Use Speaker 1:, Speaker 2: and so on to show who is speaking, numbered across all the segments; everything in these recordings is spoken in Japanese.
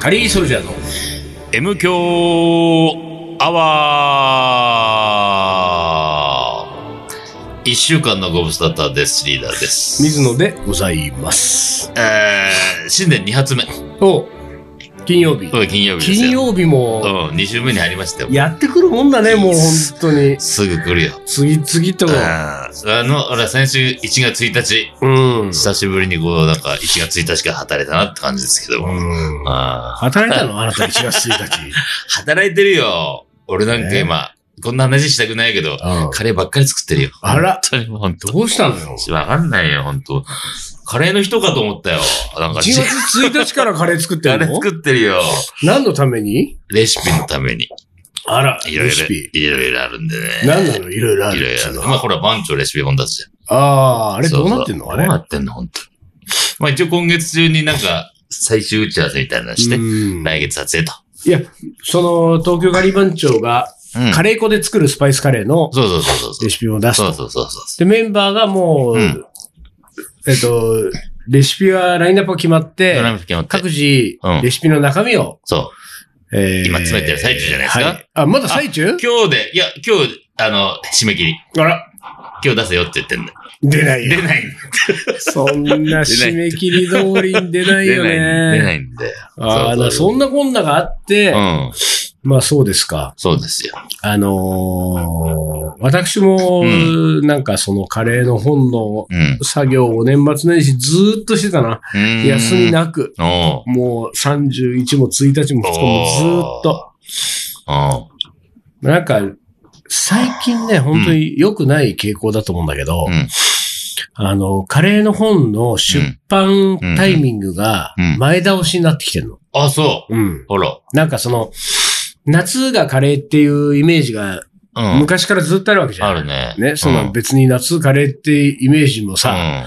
Speaker 1: カリーソルジャーの
Speaker 2: M 強アワー一週間のご無沙汰です、リーダーです。
Speaker 1: 水野でございます。
Speaker 2: えー、新年2発目。
Speaker 1: お金曜日
Speaker 2: こ。れ金曜日ですよ。
Speaker 1: 金曜日も、
Speaker 2: うん、2週目に入りましたよ。
Speaker 1: やってくるもんだね、もう本当に。
Speaker 2: すぐ来るよ。
Speaker 1: 次々と
Speaker 2: うん。。あの、俺は先週1月1日、
Speaker 1: うん。
Speaker 2: 久しぶりにこう、なんか1月1日から働いたなって感じですけども。
Speaker 1: うん
Speaker 2: あー
Speaker 1: 働いたのあなた1月1日。
Speaker 2: 働いてるよ。俺なんか今、こんな話したくないけど、
Speaker 1: うん
Speaker 2: カレーばっかり作ってるよ。
Speaker 1: あら
Speaker 2: 本当にもう本当
Speaker 1: どうしたのよ。
Speaker 2: わかんないよ、本当カレーの人かと思ったよ。なんか、
Speaker 1: 1月1日からカレー作って
Speaker 2: カ
Speaker 1: る
Speaker 2: レー
Speaker 1: の
Speaker 2: 作ってるよ。
Speaker 1: 何のために
Speaker 2: レシピのために。
Speaker 1: あら、
Speaker 2: いろ
Speaker 1: レ
Speaker 2: いろ、
Speaker 1: シピ。
Speaker 2: いろいろあるんでね。
Speaker 1: 何なのいろいろあ
Speaker 2: い
Speaker 1: る
Speaker 2: ろ
Speaker 1: っ
Speaker 2: い
Speaker 1: ていう
Speaker 2: ろ
Speaker 1: の
Speaker 2: ある。
Speaker 1: は
Speaker 2: まあ、これは番長レシピ本出すじゃん。
Speaker 1: ああ、あれどうなってんの
Speaker 2: そうそ
Speaker 1: あ
Speaker 2: う
Speaker 1: れ。
Speaker 2: どうなってんの、本当まあ、一応今月中になんか、最終打ち合わせみたいなのして、
Speaker 1: うん
Speaker 2: 来月撮影と。
Speaker 1: いや、その、東京ガリ番長が、
Speaker 2: うん。
Speaker 1: カレー粉で作るスパイスカレーの
Speaker 2: そうそうそうそう。
Speaker 1: レシピを出す
Speaker 2: そうそうそうそう。
Speaker 1: で、メンバーがもう、
Speaker 2: うん
Speaker 1: えっと、レシピは、ラインナップが決まっ
Speaker 2: ドラ
Speaker 1: て、
Speaker 2: ム吹き持って
Speaker 1: 各。自
Speaker 2: うん、
Speaker 1: レシピの中身を、
Speaker 2: そう。
Speaker 1: えー
Speaker 2: 今詰めてる最中じゃないですか
Speaker 1: はあ、まだ最中
Speaker 2: 今日で、いや、今日、あの、締め切り。
Speaker 1: あら、
Speaker 2: 今日出せよって言ってんだよ。
Speaker 1: 出ないよ
Speaker 2: 出。ない。
Speaker 1: そんな締め切り通りに出ない
Speaker 2: 出
Speaker 1: よ
Speaker 2: ない。出な
Speaker 1: ね。
Speaker 2: いんで。
Speaker 1: ああ、だからそんなこんながあって、
Speaker 2: うん。
Speaker 1: まあそうですか。
Speaker 2: そうですよ。
Speaker 1: あのー私も
Speaker 2: う、
Speaker 1: なんかそのカレーの本の
Speaker 2: うん。
Speaker 1: 作業を年末年始ずーっとしてたな。休み。なく。
Speaker 2: おう
Speaker 1: もう31も1日も2日もずーっと。。
Speaker 2: お
Speaker 1: なんか、最近ね、本当に良くない傾向だと思うんだけど、
Speaker 2: ううん。
Speaker 1: あの、カレーの本の出版タイミングが
Speaker 2: うんうん
Speaker 1: 前倒しになってきてるの。
Speaker 2: あ、そう。
Speaker 1: うん。
Speaker 2: ほら。
Speaker 1: なんかその、夏がカレーっていうイメージが
Speaker 2: うん。
Speaker 1: 昔からずっとあるわけじゃ
Speaker 2: あ
Speaker 1: ん。
Speaker 2: るね。
Speaker 1: ね、そうの
Speaker 2: ん
Speaker 1: 別に夏カレーってイメージもさ、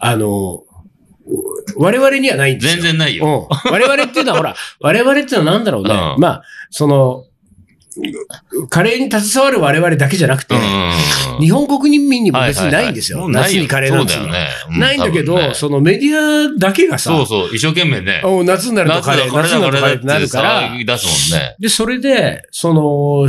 Speaker 1: あの、我々にはない
Speaker 2: うんん
Speaker 1: ですよ。
Speaker 2: 全然ないよ。
Speaker 1: うん。我々っていうのはほ ら、我々っていうのはなんだろうね。
Speaker 2: うん
Speaker 1: まあ、その、カレーに携わる我々だけじゃなくて、
Speaker 2: うん。
Speaker 1: 日本国民にも別に
Speaker 2: ははは
Speaker 1: ないんですよ。
Speaker 2: もうな
Speaker 1: 夏
Speaker 2: いよ
Speaker 1: にカレーなんて
Speaker 2: そうだよね。う
Speaker 1: ないんだけど、
Speaker 2: 多分ね
Speaker 1: そのメディアだけがさ、
Speaker 2: そうそう。一生懸命ね。
Speaker 1: お夏になると
Speaker 2: 夏
Speaker 1: カ
Speaker 2: だ
Speaker 1: レー、
Speaker 2: これ
Speaker 1: 夏に
Speaker 2: だ
Speaker 1: な
Speaker 2: こ
Speaker 1: る
Speaker 2: れ
Speaker 1: とカレ
Speaker 2: だ
Speaker 1: ー
Speaker 2: っ
Speaker 1: にな
Speaker 2: て
Speaker 1: るから
Speaker 2: 騒、ぎ出すもんね。
Speaker 1: で、それで、そ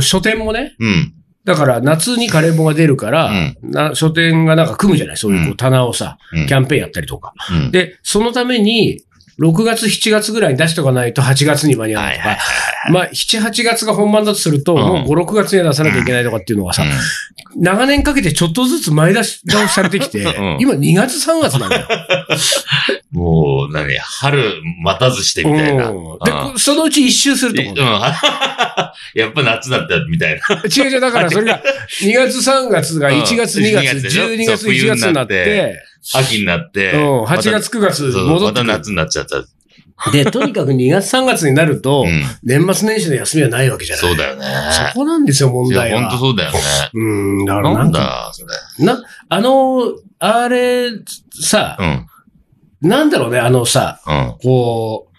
Speaker 1: の、書店もね、
Speaker 2: うん。
Speaker 1: だから夏にカレー本が出るから、な書店がなんか組むじゃないそういうこ
Speaker 2: う
Speaker 1: う棚をさ、
Speaker 2: うん
Speaker 1: キャンペーンやったりとか。
Speaker 2: うん。
Speaker 1: で、そのために、6月、7月ぐらいに出しとかないと8月に間に合わないとか、
Speaker 2: はい
Speaker 1: まあ、7、8月が本番だとすると、
Speaker 2: うん
Speaker 1: もう5、6月には出さなきゃいけないとかっていうのがさ、長年かけてちょっとずつ前出し倒しされてきて、
Speaker 2: うん
Speaker 1: 今2月、3月なんだよ。
Speaker 2: うんもう、何春待たずしてみたいな。
Speaker 1: う
Speaker 2: うんん
Speaker 1: で、こそのうち一周すると
Speaker 2: い
Speaker 1: 思
Speaker 2: う。。
Speaker 1: うん
Speaker 2: やっぱ夏だったみたいな。
Speaker 1: 違う違う、だ からそれが、2月、3月が
Speaker 2: うん
Speaker 1: 1月、2
Speaker 2: 12月
Speaker 1: 月、
Speaker 2: でしょ
Speaker 1: 12月、
Speaker 2: そう
Speaker 1: 1月になっ
Speaker 2: 冬にな
Speaker 1: て、
Speaker 2: 秋になって。
Speaker 1: うん、
Speaker 2: また
Speaker 1: 8月、9月
Speaker 2: そう
Speaker 1: 戻っ
Speaker 2: ま
Speaker 1: て
Speaker 2: た
Speaker 1: くる。
Speaker 2: 夏になっちゃった。う
Speaker 1: で、とにかく2月、3月になると、
Speaker 2: ん。
Speaker 1: 年末年始の休みはないわけじゃない。
Speaker 2: そうだよね。
Speaker 1: そこなんですよ、問
Speaker 2: い
Speaker 1: 題
Speaker 2: や、
Speaker 1: は。
Speaker 2: ほんとそうだよね。
Speaker 1: うん、だから
Speaker 2: な
Speaker 1: なんんか、
Speaker 2: だ、それ。
Speaker 1: な、あの、あれ、さ、
Speaker 2: うん。
Speaker 1: なんだろうね、あのさ、
Speaker 2: うん。うん。うん。
Speaker 1: こう、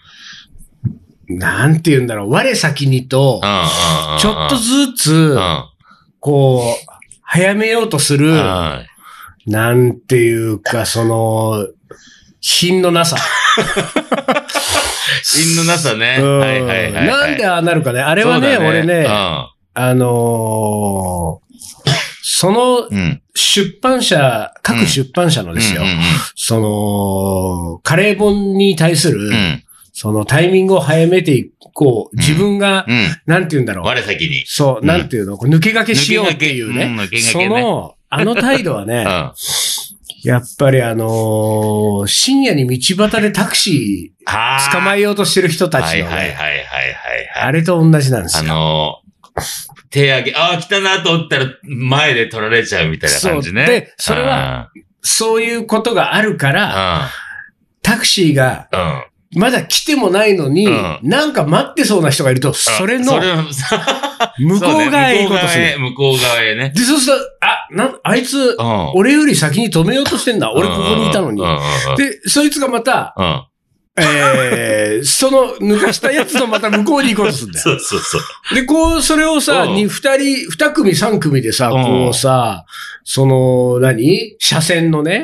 Speaker 1: なんて言うんだろう、我先にと、
Speaker 2: うん
Speaker 1: ちょっとずつ
Speaker 2: う、ん。
Speaker 1: こう、早めようとする、
Speaker 2: はい
Speaker 1: なんていうか、その、品のな さ。
Speaker 2: 陰のなさね。
Speaker 1: うん
Speaker 2: はいはいはい。
Speaker 1: なんでああなるかね。あ
Speaker 2: あ
Speaker 1: れはね、俺ね、
Speaker 2: うん。
Speaker 1: あのーその
Speaker 2: うん。
Speaker 1: 出版社、
Speaker 2: う
Speaker 1: 各
Speaker 2: ん
Speaker 1: 出版社のですよ、
Speaker 2: うん
Speaker 1: その、カレー本に対する、
Speaker 2: うんうん。
Speaker 1: そのタイミングを早めていこう。自分が、
Speaker 2: うん。
Speaker 1: なんて言うんだろう。
Speaker 2: 我先に。
Speaker 1: そう、
Speaker 2: うん
Speaker 1: なんていうの、こう抜け駆けしようっていうね。
Speaker 2: 抜け駆
Speaker 1: そ
Speaker 2: けうん抜け駆けね
Speaker 1: の、あの態度は
Speaker 2: う
Speaker 1: ね、
Speaker 2: ん。
Speaker 1: やっぱりあのー深夜に道端でタクシー捕
Speaker 2: 捕
Speaker 1: まえようとしてる人た
Speaker 2: は
Speaker 1: ち
Speaker 2: い
Speaker 1: のね、
Speaker 2: はいはいはいはいはい。
Speaker 1: あれと同じなんです
Speaker 2: あ
Speaker 1: よ。
Speaker 2: のー手上げ、ああ、来たなと思ったら前で取られちゃうみたいな感じね。
Speaker 1: そうでそれはそういうことがあるから、タクシーが
Speaker 2: うん、うん、うん。
Speaker 1: まだ来てもないのに、
Speaker 2: うん
Speaker 1: なんか待ってそうな人がいると、それの
Speaker 2: それの
Speaker 1: 向こう側へ行こうとする。
Speaker 2: 向こう側へね。
Speaker 1: で、そうすると、あ、なん、あいつ、
Speaker 2: うん
Speaker 1: 俺より先に止めようとしてんだ。俺ここにいたのに
Speaker 2: うんう。んうん
Speaker 1: で、そいつがまた、
Speaker 2: うんうん
Speaker 1: えー、 その抜かしたやつとまた向こうに行こうとするんだよ。
Speaker 2: そうそうそう。
Speaker 1: で、こう、それをさ、
Speaker 2: うん
Speaker 1: に二人、二組三組でさ、
Speaker 2: うん
Speaker 1: こうさ、その、何車線のね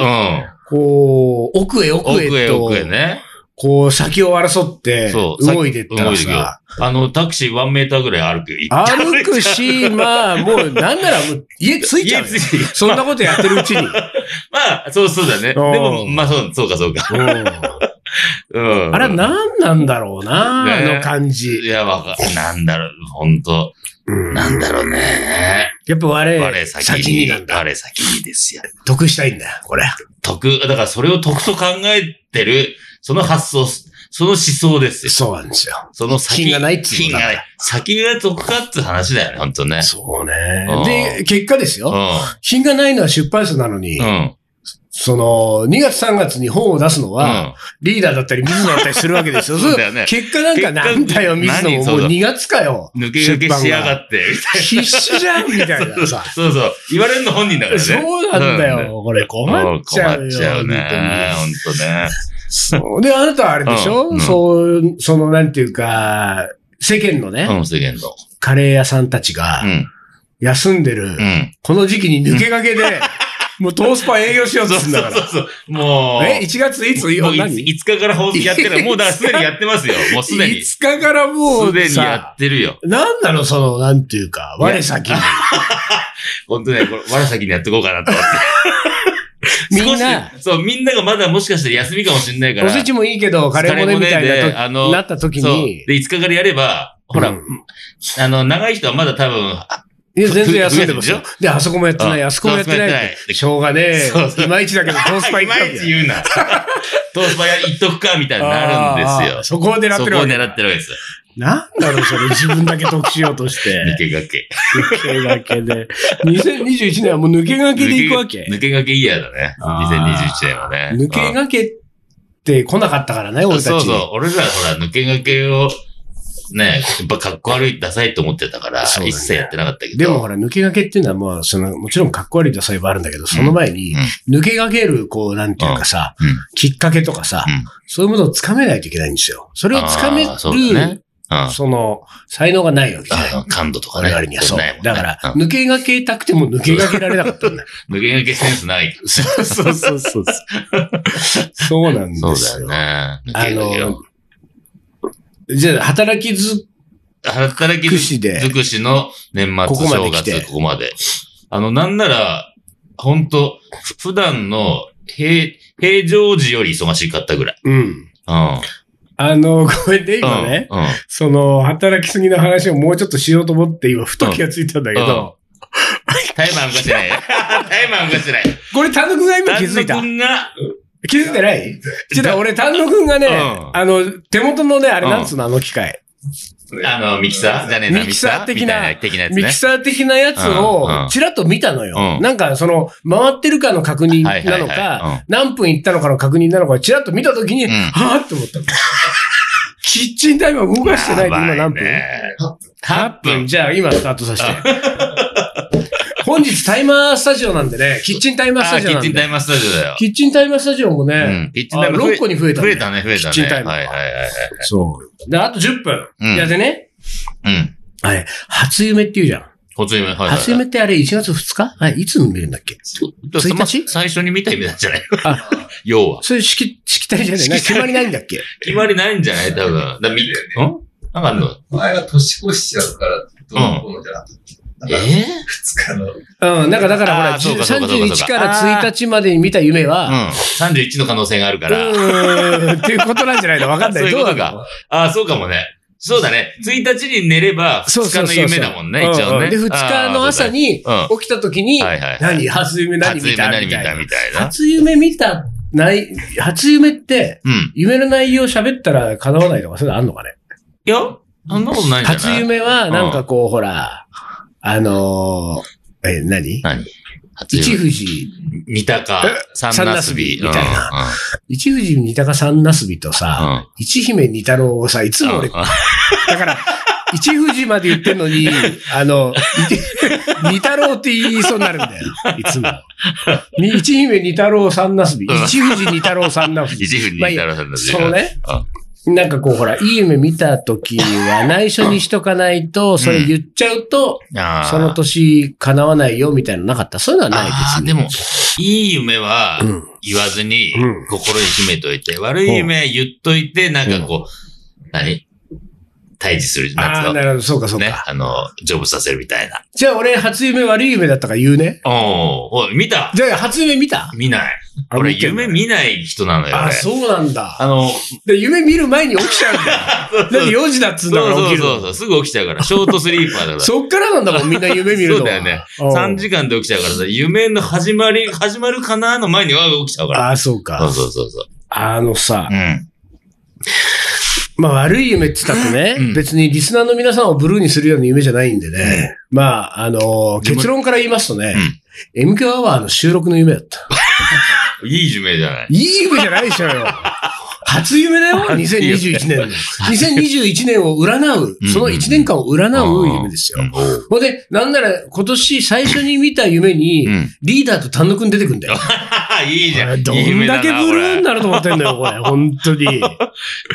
Speaker 2: う、ん。
Speaker 1: こう、奥へ奥
Speaker 2: 奥
Speaker 1: へ
Speaker 2: へ
Speaker 1: と
Speaker 2: 奥、へね。
Speaker 1: こう、先を争って、
Speaker 2: そう。
Speaker 1: 動いてったら
Speaker 2: 動いてくよ
Speaker 1: さ、
Speaker 2: あの、タクシー1メーターぐらい歩くよ。
Speaker 1: 歩くし、まあ、もう、なんならもう、家着いちゃうよ
Speaker 2: 家。着いて
Speaker 1: そんなことやってるうち に。う
Speaker 2: まあ、そうそうだね。
Speaker 1: う
Speaker 2: で
Speaker 1: ん
Speaker 2: も、まあ、そう、そうか、そうか。
Speaker 1: ん
Speaker 2: うん。
Speaker 1: あれは何なんだろうな、あ
Speaker 2: ね
Speaker 1: の感じ。
Speaker 2: いや、わか、なんだろう、ほんと。
Speaker 1: うん
Speaker 2: なんだろうね。
Speaker 1: やっぱ我、
Speaker 2: 我先
Speaker 1: 先に
Speaker 2: に、
Speaker 1: なんだ。
Speaker 2: 我先にですよ。
Speaker 1: 得したいんだよ、これ。
Speaker 2: 得、だからそれを得と考えてる、その発想、その思想ですよ。
Speaker 1: そうなんですよ。
Speaker 2: その先。
Speaker 1: 金がないっつうこと
Speaker 2: 金
Speaker 1: だ
Speaker 2: が
Speaker 1: から
Speaker 2: ない。先が得かって話だよね、ほんとね。
Speaker 1: そう
Speaker 2: うん
Speaker 1: ね。で、結果です
Speaker 2: う
Speaker 1: よ。品がないのは出版社なのに
Speaker 2: ん。う、ん。
Speaker 1: その、2月3月に本を出すの
Speaker 2: う
Speaker 1: は、
Speaker 2: ん。
Speaker 1: リーダーだったり水野だったりするわけですよ。
Speaker 2: そうだよね
Speaker 1: 結果なんかなんだよ、
Speaker 2: 結果
Speaker 1: 水野も。
Speaker 2: 何
Speaker 1: も
Speaker 2: そう
Speaker 1: う
Speaker 2: だ
Speaker 1: 2月かよ。
Speaker 2: 抜け抜けしやが
Speaker 1: て。
Speaker 2: って、みたい
Speaker 1: 必死じゃんみたいな
Speaker 2: な。
Speaker 1: さ。
Speaker 2: そうそう。言われるの本人だからね。
Speaker 1: そうなんだ
Speaker 2: そうなんだ
Speaker 1: よ。これ困っちゃう
Speaker 2: 困
Speaker 1: よ。
Speaker 2: っちゃうね。
Speaker 1: 本
Speaker 2: ほんと
Speaker 1: 当
Speaker 2: ね。
Speaker 1: にそうで、あなたはあれでしょ、
Speaker 2: うん
Speaker 1: そう、その、なんていうか、世間のね、
Speaker 2: うん、世間の。
Speaker 1: カレー屋さんたちが
Speaker 2: う、ん。
Speaker 1: 休んでる、
Speaker 2: うん。
Speaker 1: この時期に抜け駆けで、もうトースパ営業しようと
Speaker 2: そう
Speaker 1: すんだ
Speaker 2: そ
Speaker 1: か
Speaker 2: う
Speaker 1: ら。
Speaker 2: そう。もう。
Speaker 1: え、1月いつ
Speaker 2: もうい
Speaker 1: 何
Speaker 2: 5日から放送やっ てる。もうだからすでにやってますよ。もうすでに。す
Speaker 1: 5日からもう
Speaker 2: でにや
Speaker 1: さ
Speaker 2: っ、てるよ。
Speaker 1: なんなのその、なんていうか、
Speaker 2: いや
Speaker 1: 我先に。
Speaker 2: 本当ね、これ、わら先にやっていこうかなと思って。
Speaker 1: みんな
Speaker 2: 少し、そう、みんながまだもしかしたら休みかもしれないか
Speaker 1: お
Speaker 2: ら。
Speaker 1: せちもいいけど、カレーもね、みたいなとき、
Speaker 2: あの
Speaker 1: なった時
Speaker 2: そう。
Speaker 1: に、
Speaker 2: で、5日からやれば、ほら、
Speaker 1: うん
Speaker 2: あの、長い人はまだ多分、あ
Speaker 1: いや、全然休んでます
Speaker 2: 増
Speaker 1: よ
Speaker 2: えて。
Speaker 1: で、あそこもやってない、
Speaker 2: うん
Speaker 1: あそこもやってな
Speaker 2: そうやっ
Speaker 1: い
Speaker 2: て。ない
Speaker 1: しょうがね
Speaker 2: そうそ
Speaker 1: え。
Speaker 2: う
Speaker 1: いまいちだけど、トースパ
Speaker 2: い
Speaker 1: 行く
Speaker 2: ま
Speaker 1: わ
Speaker 2: いち
Speaker 1: け
Speaker 2: 言う な。トースパや行っとくか、みたいになるんですよ。
Speaker 1: そこを狙ってるわ
Speaker 2: そ
Speaker 1: け
Speaker 2: こを狙ってるわけですよ。
Speaker 1: なんだろう、それ。自分だけ得しようとし
Speaker 2: 抜
Speaker 1: て。
Speaker 2: けがけ。
Speaker 1: 抜けがけで。2021年はもう抜けがけで行くわけ
Speaker 2: 抜けがけイヤーだね。
Speaker 1: あー
Speaker 2: 2021年はね。
Speaker 1: 抜けがけって来なかったからね、俺たち。
Speaker 2: そうそう。俺らほら、抜け駆けを、ね、やっぱかっこ悪い、ダサいと思ってたから、
Speaker 1: そうだね
Speaker 2: 一切やってなかったけど。
Speaker 1: でもほら、抜け駆けっていうのはもう、その、もちろんかっこ悪いとそういえばあるんだけど、その前に、抜け駆ける、こう、なんていうかさ、
Speaker 2: うん、
Speaker 1: きっかけとかさ
Speaker 2: うん、
Speaker 1: そういうものをつかめないといけないんですよ。それをつかめ
Speaker 2: あーそうだね
Speaker 1: る、
Speaker 2: うん。
Speaker 1: その、才能がないわけじゃない
Speaker 2: あ。の感度とか
Speaker 1: 我
Speaker 2: ね。
Speaker 1: 々にはそう
Speaker 2: ないもん。ね
Speaker 1: だから、
Speaker 2: うん
Speaker 1: 抜け駆けたくても抜け駆けられなかったんだ。
Speaker 2: 抜け駆けセンスない。
Speaker 1: そうそうそうそう。そうなん
Speaker 2: そう
Speaker 1: で
Speaker 2: だ
Speaker 1: す
Speaker 2: よ
Speaker 1: よ。
Speaker 2: ね。抜
Speaker 1: あ
Speaker 2: け駆け
Speaker 1: の
Speaker 2: を。、
Speaker 1: じゃあ、働きず、
Speaker 2: 働き
Speaker 1: くしで
Speaker 2: 尽くしの年末
Speaker 1: ここまで
Speaker 2: 正
Speaker 1: 来て
Speaker 2: 月、ここまで。あの、なんなら、本当ふ普段の平、平常時より忙しかったぐらい。
Speaker 1: うん。
Speaker 2: うん。
Speaker 1: あの、ごめんね、
Speaker 2: う
Speaker 1: 今ね、
Speaker 2: ん。うん。
Speaker 1: その、働きすぎの話をもうちょっとしようと思って、今、ふと気がついたんだけど、
Speaker 2: タイマー動か してない。タイマー動かしてない。
Speaker 1: これ、丹野くんが今気づいた
Speaker 2: 丹野く。んが、
Speaker 1: 気づい てないちょっと俺、丹野くんがね、
Speaker 2: うん
Speaker 1: あの、手元のね、あれ、
Speaker 2: うん
Speaker 1: なんつうの、あの機械。
Speaker 2: あの、ミキサーじゃねえな、
Speaker 1: ミキサー的な
Speaker 2: ミキサーみたいな的な
Speaker 1: ミキ
Speaker 2: やつね。
Speaker 1: サー的なやつ
Speaker 2: うんう
Speaker 1: を
Speaker 2: ん、
Speaker 1: ちらっと見たのよ。
Speaker 2: うん
Speaker 1: なんか、その、回ってるかの確認なの
Speaker 2: はいはいはいうん
Speaker 1: か、何分行ったのかの確認なのか、ちらっと見たときに、
Speaker 2: うん
Speaker 1: はぁって思ったの。キッチンタイマー動かしてないで、今何分
Speaker 2: 8
Speaker 1: ?8 分。
Speaker 2: 分。
Speaker 1: じゃあ、今スタートさせて。本日タイマースタジオなんでね、キッチンタイマース
Speaker 2: あ
Speaker 1: タ
Speaker 2: ー、
Speaker 1: ジ
Speaker 2: キ
Speaker 1: オな
Speaker 2: ッ
Speaker 1: ん
Speaker 2: チンタイ
Speaker 1: で。
Speaker 2: マースタジオだよ。
Speaker 1: キッチンタイマースタジオも
Speaker 2: う
Speaker 1: ね、
Speaker 2: ん、キッチンタイマー
Speaker 1: あ6個に増えたね
Speaker 2: 増えたね、増えたね。
Speaker 1: キッチンタイマー
Speaker 2: はいはいはいはい。
Speaker 1: そう。で、あと10分。
Speaker 2: うん
Speaker 1: いや、でね、
Speaker 2: うん。
Speaker 1: あれ、初夢って言うじゃん。
Speaker 2: 初夢、はいはいはい。
Speaker 1: 初夢ってあれ1月2日あれ、いつ見るんだっけ
Speaker 2: だからま
Speaker 1: 1日
Speaker 2: 最初に見た意味なんじゃない
Speaker 1: あ、
Speaker 2: 要は。
Speaker 1: そういう式、式体じゃないなんか決まりないんだっけ
Speaker 2: 決まりないんじゃない多分。だからみんなんかあんの
Speaker 3: 前は年越しちゃうから、どうこうのじゃなくて、
Speaker 2: え
Speaker 3: 2日の。
Speaker 1: うん、なんかだからほ
Speaker 2: あ
Speaker 1: ら、
Speaker 2: ーそうかそうかそうかそ
Speaker 1: 31
Speaker 2: うか
Speaker 1: から1日までに見た夢
Speaker 2: う
Speaker 1: は、
Speaker 2: ん。31の可能性があるか
Speaker 1: う
Speaker 2: ら。
Speaker 1: ーん、っていうことなんじゃないのわかんな
Speaker 2: そう
Speaker 1: い。
Speaker 2: いう
Speaker 1: どう
Speaker 2: こ
Speaker 1: な
Speaker 2: と
Speaker 1: の
Speaker 2: か。ああ、そうかもね。そうだね。1日に寝れば、
Speaker 1: そう
Speaker 2: 2日
Speaker 1: そう
Speaker 2: の
Speaker 1: そうそう
Speaker 2: 夢だもんね、一応
Speaker 1: うんう
Speaker 2: ね。
Speaker 1: んで、2日の朝に
Speaker 2: あー、
Speaker 1: 起きた時に
Speaker 2: そうだようんはいはい、はい
Speaker 1: 何初夢何
Speaker 2: 初
Speaker 1: 見
Speaker 2: 夢
Speaker 1: た
Speaker 2: 何
Speaker 1: み
Speaker 2: 見
Speaker 1: たい
Speaker 2: た
Speaker 1: な。
Speaker 2: みたいな。
Speaker 1: 初夢見た、ない、初夢って、
Speaker 2: うん。
Speaker 1: 夢の内容喋ったら叶わないとか、そういうのあんのかね
Speaker 2: いや、そんなことないんじゃない
Speaker 1: 初夢は、なんかこう、ほら、あのー、え、何
Speaker 2: 何初
Speaker 1: 一
Speaker 2: 夢。
Speaker 1: 富士、
Speaker 2: 三鷹、三
Speaker 1: 三
Speaker 2: な
Speaker 1: な
Speaker 2: す
Speaker 1: すび
Speaker 2: び。
Speaker 1: みたいな一富士二鷹三なすびとさ、
Speaker 2: うん。うん。
Speaker 1: 一姫二太郎をさ、いつも俺、
Speaker 2: うん
Speaker 1: だから、一富士まで言ってんのに、あの、一二太郎って言いそうになるんだよ。いつも。に一姫二太郎三なすび。
Speaker 2: うん
Speaker 1: 一富士二太郎三なすび。
Speaker 2: 一富士二太郎さんだ
Speaker 1: そのね。なんかこうほら、いい夢見た時は内緒にしとかないと、それ言っちゃうと、
Speaker 2: あー
Speaker 1: その年叶わないよみたいなのなかったそういうのはない
Speaker 2: あーでも、いい夢は
Speaker 1: うん
Speaker 2: 言わずに
Speaker 1: うん
Speaker 2: 心に秘めといて、悪い夢は言っといて、なんかこう、何退治する。
Speaker 1: ああ、
Speaker 2: なんつう
Speaker 1: なるほど、そうかそう
Speaker 2: の
Speaker 1: か。
Speaker 2: ね、あの、ジョブさせるみたいな。
Speaker 1: じゃあ俺、初夢悪い夢だったから言うね。
Speaker 2: おーおい、見た
Speaker 1: じゃあ初夢見た
Speaker 2: 見ない。
Speaker 1: あ
Speaker 2: 俺、
Speaker 1: 見てんだ
Speaker 2: 夢見ない人なのよ。
Speaker 1: ああ、
Speaker 2: 俺
Speaker 1: そうなんだ。
Speaker 2: あの、
Speaker 1: で、夢見る前に起きちゃうん だ。だって4時だっつうんだから起
Speaker 2: そう
Speaker 1: きる
Speaker 2: そう
Speaker 1: の。
Speaker 2: そう、すぐ起きちゃうから、ショートスリーパーだか ら。
Speaker 1: そっからなんだもん、みんな夢見るのは。
Speaker 2: そうだよね
Speaker 1: うん。
Speaker 2: 3時間で起きちゃうからさ、夢の始まり、始まるかなの前にわが起きちゃうから。
Speaker 1: ああ、そうか。
Speaker 2: そうそうそうそう。
Speaker 1: あのさ
Speaker 2: う、ん。
Speaker 1: まあ悪い夢って言ったってね、
Speaker 2: うん
Speaker 1: 別にリスナーの皆さんをブルーにするような夢じゃないんでね。まあ、あのー
Speaker 2: 自分
Speaker 1: 結論から言いますとね、MQ アワーの収録の夢だった。
Speaker 2: いい夢じゃない。
Speaker 1: いい夢じゃないでしょ よ。初夢だよ、2021年の。2021年を占う
Speaker 2: うん、
Speaker 1: その1年間を占う夢です
Speaker 2: う
Speaker 1: よ。
Speaker 2: んおう
Speaker 1: ほんで、なんなら今年最初に見た夢に
Speaker 2: う、ん。
Speaker 1: リーダーと単独に出てくんだよ。
Speaker 2: いいじゃん。
Speaker 1: ど
Speaker 2: いい
Speaker 1: ん
Speaker 2: 夢
Speaker 1: だ
Speaker 2: な
Speaker 1: けブルーに
Speaker 2: こ
Speaker 1: なると思ってんだよ、これ。本当に。
Speaker 2: れ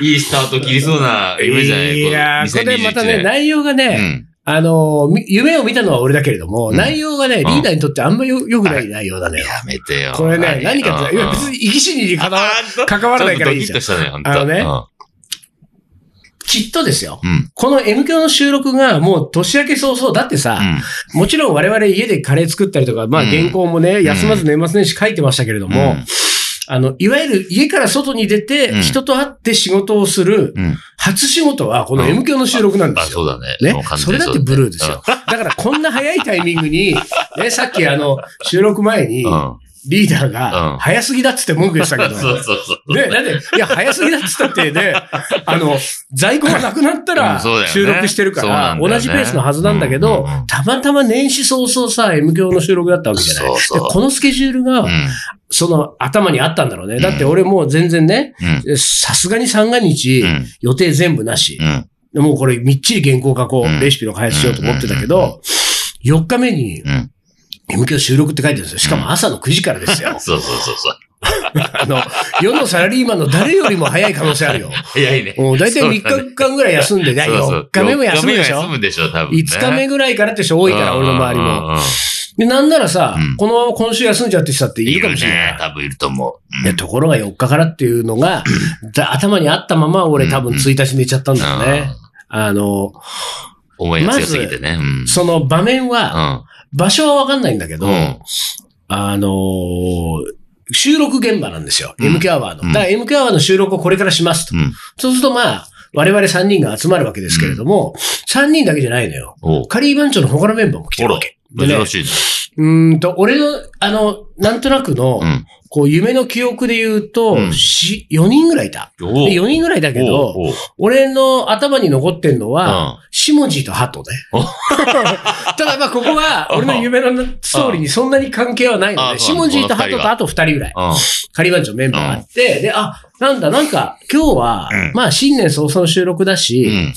Speaker 2: いいスタート切りそうな夢じゃない
Speaker 1: いやー、これまたね、内容がね、
Speaker 2: うん。
Speaker 1: あのー、み夢を見たのは俺だけれども、
Speaker 2: うん
Speaker 1: 内容がね、リーダーにとってあんまよ良くない内容だね。
Speaker 2: やめてよ。
Speaker 1: これね、何かって、いや別に
Speaker 2: に
Speaker 1: 生き死にに関わ関わらないからいいじゃん。
Speaker 2: ちょっとドキッとしたね、ほんと
Speaker 1: あのね
Speaker 2: う
Speaker 1: きっとですよ。
Speaker 2: ん。うん
Speaker 1: この M 響の収録がもう年明け早々、だってさ、もちろん我々家でカレー作ったりとか、まあ
Speaker 2: うん
Speaker 1: 原稿もね、休まず年末年始書いてましたけれど
Speaker 2: うん。
Speaker 1: も、あの、いわゆる家から外に出
Speaker 2: う
Speaker 1: て、
Speaker 2: ん
Speaker 1: 人と会って仕事をする、
Speaker 2: うん。うん。
Speaker 1: 初仕事はこの M 響の収録なんで
Speaker 2: あ、
Speaker 1: すよ。
Speaker 2: そうだね。
Speaker 1: ね
Speaker 2: もう完全
Speaker 1: それ
Speaker 2: に
Speaker 1: だってブルーですよ。だからこんな早いタイミングに、ね、さっきあの、収録前に
Speaker 2: う、ん。うん
Speaker 1: リーダー
Speaker 2: うん
Speaker 1: が、早すぎだっつって文句言ってたけど、
Speaker 2: そうそうそう。
Speaker 1: ね、だって、いや、早すぎだっつったってね、あの、在庫がなくなった
Speaker 2: うん
Speaker 1: ら
Speaker 2: そうだよね
Speaker 1: 収録してるか
Speaker 2: そうな
Speaker 1: ら、
Speaker 2: んだよね
Speaker 1: 同じペースのはずなんだけど、
Speaker 2: うんうんうん
Speaker 1: たまたま年始早々さ、M 教の収録だったわけじゃない。
Speaker 2: そうそう
Speaker 1: でこのスケジュールが、
Speaker 2: うん
Speaker 1: その頭にあったんだろうね。だって俺もう全然ね、
Speaker 2: うん
Speaker 1: さすがに三が日、
Speaker 2: うん
Speaker 1: 予定全部なし
Speaker 2: う、ん
Speaker 1: もうこれみっちり原稿書こう、
Speaker 2: うん
Speaker 1: レシピの開発しようと思ってたけ
Speaker 2: うんうん
Speaker 1: ど、4日目に
Speaker 2: うん
Speaker 1: M 教収録って書いてるんですよ。しかも朝の9時からです よ。
Speaker 2: そうそうそうそう。
Speaker 1: あの、世のサラリーマンの誰よりも早い可能性あるよ。
Speaker 2: 早いね。
Speaker 1: もう大体
Speaker 2: そうだね
Speaker 1: 3日間ぐらい休んで、
Speaker 2: そうそ
Speaker 1: 4
Speaker 2: う
Speaker 1: 日目も休むでしょ
Speaker 2: 四日目は休むでしょ、多分ね。
Speaker 1: 5日目ぐらいからって人多いから、
Speaker 2: うん
Speaker 1: 俺の周り
Speaker 2: うんうん
Speaker 1: も。
Speaker 2: うん
Speaker 1: で、なんならさ
Speaker 2: うん、
Speaker 1: このまま今週休んじゃって人だっているかもしれ
Speaker 2: い
Speaker 1: な
Speaker 2: るね
Speaker 1: い。
Speaker 2: 多分いると思う。
Speaker 1: でところが4日からっていうの が、だ頭にあったまま俺多分1日寝ちゃったんだよね。あの、
Speaker 2: 思いが強すぎてね。うん。
Speaker 1: その場面は、
Speaker 2: う
Speaker 1: 場所はわかんないんだけど
Speaker 2: ん。う、ん。
Speaker 1: あのー、収録現場なんですよ。
Speaker 2: うん
Speaker 1: MQ アワーの。
Speaker 2: うん
Speaker 1: だから MQ アワーの収録をこれからしますと。
Speaker 2: うん。
Speaker 1: そうするとまあ、我々3人が集まるわけですけれども、3人だけじゃないのよ。
Speaker 2: おう
Speaker 1: カリー番長の他のメンバーも来てるわけ。でね
Speaker 2: 珍、しいね。
Speaker 1: うーんと、俺の、あの、なんとなくの、
Speaker 2: うん。
Speaker 1: こう、夢の記憶で言うと
Speaker 2: うん、
Speaker 1: し4人ぐらいいた。
Speaker 2: お
Speaker 1: で
Speaker 2: う
Speaker 1: 4人ぐらいだけど、
Speaker 2: おうおう
Speaker 1: 俺の頭に残ってんのは、
Speaker 2: うん
Speaker 1: シモジーとハトね
Speaker 2: お。
Speaker 1: ただまあここは、
Speaker 2: うん
Speaker 1: 俺の夢のストーリーにそんなに関係はないの
Speaker 2: うん
Speaker 1: で、シモジーとハ
Speaker 2: こ
Speaker 1: ト
Speaker 2: の二人が
Speaker 1: とあと二人ぐらい、
Speaker 2: うん。
Speaker 1: 仮番長メンバーがあって、で、あ、なんだ、なんか今日は、
Speaker 2: うん
Speaker 1: まあ新年早々の収録だし、
Speaker 2: うん。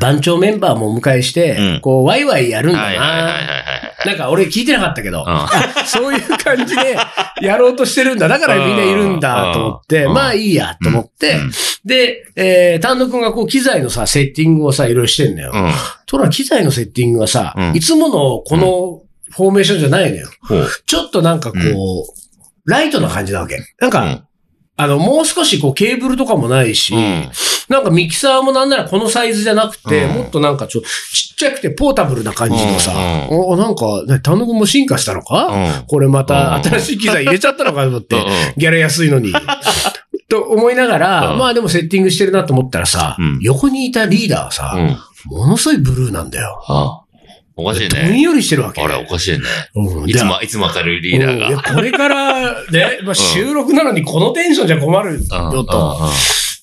Speaker 1: 番長メンバーもお迎えして、
Speaker 2: うん
Speaker 1: こう、ワイワイやるんだな、
Speaker 2: はいはいはいはいはい
Speaker 1: なんか俺聞いてなかったけど、
Speaker 2: はい。
Speaker 1: そういう感じでやろうとしてるんだ。だからみんないるんだと思って、
Speaker 2: うん
Speaker 1: まあいいやと思って、で、えー、丹野くんがこう機材のさ、セッティングをさ、いろいろしてんのよ
Speaker 2: う。ん。うん。
Speaker 1: ところが機材のセッティングがさ、
Speaker 2: うん
Speaker 1: いつものこのフォーメーションじゃないのよ。
Speaker 2: ほう。
Speaker 1: ちょっとなんかこう、ライトな感じなわけ。なん
Speaker 2: う
Speaker 1: か、
Speaker 2: ん。
Speaker 1: あの、もう少しこうケーブルとかもないし、
Speaker 2: うん。
Speaker 1: なんかミキサーもなんならこのサイズじゃなくて、
Speaker 2: うん
Speaker 1: もっとなんかちょ、ちっちゃくてポータブルな感じのさ、
Speaker 2: う
Speaker 1: おなんか、ね、田野君も進化したのか、
Speaker 2: うん
Speaker 1: これまた
Speaker 2: うん
Speaker 1: 新しい機材入れちゃったのかと思って、
Speaker 2: うん
Speaker 1: ギャラ安いの に。と思いながら、
Speaker 2: うん
Speaker 1: まあでもセッティングしてるなと思ったらさ、
Speaker 2: うん
Speaker 1: 横にいたリーダーはさ、
Speaker 2: うん。うん
Speaker 1: ものすごいブルーなんだよ。
Speaker 2: あおかしい
Speaker 1: どん
Speaker 2: ね。
Speaker 1: よりしてるわけ。
Speaker 2: あれ、おかしいね。
Speaker 1: うん
Speaker 2: いつも、いつも明るいリーダーが。
Speaker 1: うんいやこれから、 ね、まあ、収録なのにこのテンションじゃ困る
Speaker 2: うん
Speaker 1: よと。
Speaker 2: うんうん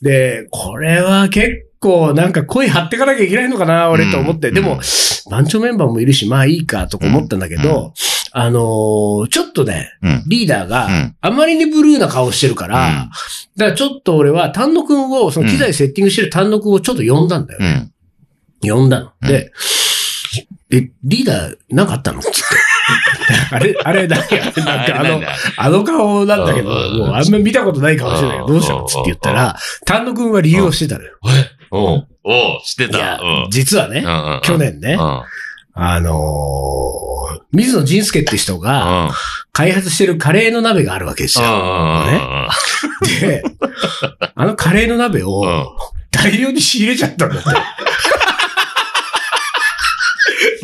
Speaker 1: で、これは結構なんか声張ってかなきゃいけないのかな、俺と思って。
Speaker 2: うん
Speaker 1: でも、番長メンバーもいるし、まあいいかとか思ったんだけど、
Speaker 2: うん
Speaker 1: あのーちょっとね、
Speaker 2: うん。
Speaker 1: リーダー
Speaker 2: う
Speaker 1: が
Speaker 2: ん
Speaker 1: あまりにブルーな顔してるから、
Speaker 2: うん
Speaker 1: だからちょっと俺は丹野くんを、その機材セッティングしてる丹野くんをちょっと呼んだんだよ。
Speaker 2: うん。
Speaker 1: 呼んだの。
Speaker 2: うん
Speaker 1: で、え、リーダー、なんかあったのつって。あれ、 あれだ、なんかあ
Speaker 2: れな
Speaker 1: の、
Speaker 2: んだ
Speaker 1: あの顔なんだけど、
Speaker 2: うん
Speaker 1: もうあんま見たことない顔してたけど、どうしたのつって言ったら、丹野くんは理由をしてたのよ。
Speaker 2: おうおう、して
Speaker 1: いや
Speaker 2: た。うん。
Speaker 1: 実は
Speaker 2: うん
Speaker 1: ね、
Speaker 2: うんうん
Speaker 1: 去年ね
Speaker 2: う、ん。
Speaker 1: あのー、水野仁介って人が
Speaker 2: うん
Speaker 1: 開発してるカレーの鍋があるわけですよ。
Speaker 2: あ
Speaker 1: で、あのカレーの鍋を
Speaker 2: うん
Speaker 1: 大量に仕入れちゃったん だって。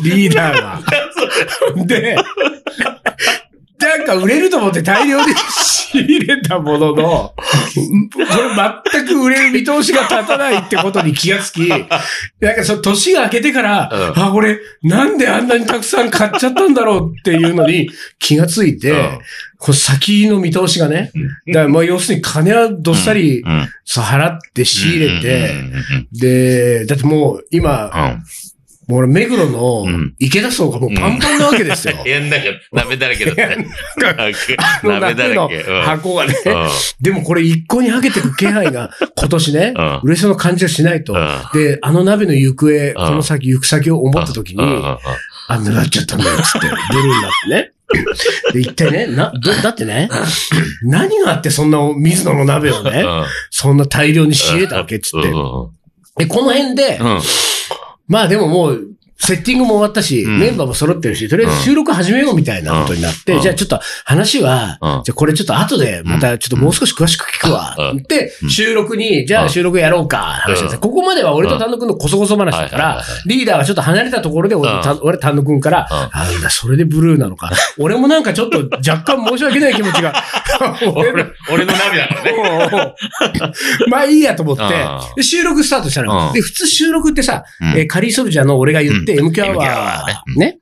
Speaker 1: リーダーが。 で、なんか売れると思って大量に仕入れたものの、これ全く売れる見通しが立たないってことに気がつき、なんかその年が明けてから、
Speaker 2: う
Speaker 1: あ、俺、なんであんなにたくさん買っちゃったんだろうっていうのに気がついて、
Speaker 2: うん
Speaker 1: こう先の見通しがね、だからまあ要するに金はどっさり
Speaker 2: うん
Speaker 1: さ払って仕入れ
Speaker 2: う
Speaker 1: て、
Speaker 2: んうん
Speaker 1: で、だってもう今、
Speaker 2: うん
Speaker 1: もう俺目黒の
Speaker 2: うん
Speaker 1: 池田層がもうパンパンなわけ ですよ。
Speaker 2: いや、なんか、鍋だらけだったね。
Speaker 1: この
Speaker 2: 鍋だ
Speaker 1: 鍋の
Speaker 2: らけ。うん
Speaker 1: 箱がね。
Speaker 2: うん
Speaker 1: でもこれ一向に剥げてく気配 が今年ね
Speaker 2: うん、
Speaker 1: 嬉しそうな感じがしないと
Speaker 2: う。ん
Speaker 1: で、あの鍋の行方、この先行く先を思った時に、
Speaker 2: うんうんうん
Speaker 1: あ、なっちゃったんだよ、つって。ブルーになってね。で、一体ね、な、どだってね、何があってそんな水野の鍋をね、そんな大量に仕入れたわけっつっ
Speaker 2: うん
Speaker 1: て。で、この辺で、
Speaker 2: うん
Speaker 1: まあでももう、セッティングも終わったし、
Speaker 2: うん
Speaker 1: メンバーも揃ってるし、とりあえず収録始めようみたいなことになって、
Speaker 2: うん
Speaker 1: じゃあちょっと話は、
Speaker 2: うん
Speaker 1: じゃあこれちょっと後でまたちょっともう少し詳しく聞くわ。
Speaker 2: うん
Speaker 1: で
Speaker 2: う、ん
Speaker 1: 収録に、じゃあ収録やろうか、話です、
Speaker 2: うん
Speaker 1: ここまでは俺と丹野くんのこそこそ話だか
Speaker 2: はい
Speaker 1: ら
Speaker 2: はいはいは、
Speaker 1: リーダーがちょっと離れたところで俺、
Speaker 2: うん
Speaker 1: た俺丹野くんから、
Speaker 2: うん
Speaker 1: あなんだ、それでブルーなのか。俺もなんかちょっと若干申し訳ない気持ちが。俺の
Speaker 2: 俺俺の鍋だからね。
Speaker 1: うん まあいいやと思って
Speaker 2: うん、
Speaker 1: で収録スタートしたの
Speaker 2: う
Speaker 1: よ。
Speaker 2: ん
Speaker 1: で、普通収録ってさ、
Speaker 2: うん
Speaker 1: えーカリーソルジャーの俺が言って
Speaker 2: うん
Speaker 1: MQ アワ
Speaker 2: MQ アワ
Speaker 1: ーね。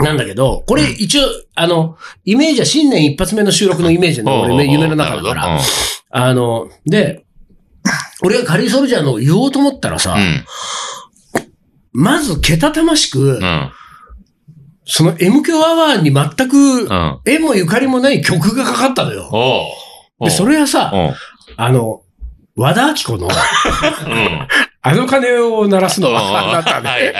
Speaker 1: なんだけど、これ一応、あの、イメージは新年一発目の収録のイメージなの、俺ね、夢の中だから。あの、で、俺がカリーソルジャーのを言おうと思ったらさ、まずけたたましく、その MQ アワーに全く縁もゆかりもない曲がかかったのよ。で、そ
Speaker 2: れ
Speaker 1: れはさ、あの、和田明子の、あの鐘を鳴らすのは、あなたね。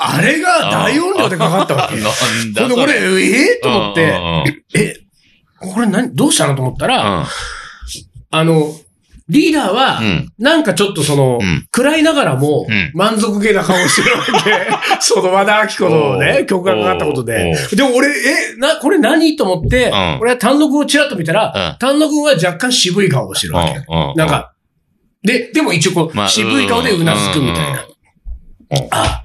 Speaker 1: あれが大音量でかかったわけ。これで俺、ええと思って、え、これ何、どうしたのと思ったら、あの、リーダーは、なんかちょっとその、
Speaker 2: うん
Speaker 1: 暗いながらも
Speaker 2: うん、
Speaker 1: 満足げな顔してるわ け。その和田明子の
Speaker 2: お
Speaker 1: ね、
Speaker 2: う
Speaker 1: 曲がかかったことで
Speaker 2: お。
Speaker 1: でも俺、え、な、これ何と思って
Speaker 2: うん、
Speaker 1: 俺は丹野くんをちらっと見たら
Speaker 2: う、
Speaker 1: 丹野くんは若干渋い顔をしてるわけ。なんか、で、でも一応こ
Speaker 2: まあ
Speaker 1: う、渋い顔でうなずくみたいな
Speaker 2: うんうんうん。
Speaker 1: あ、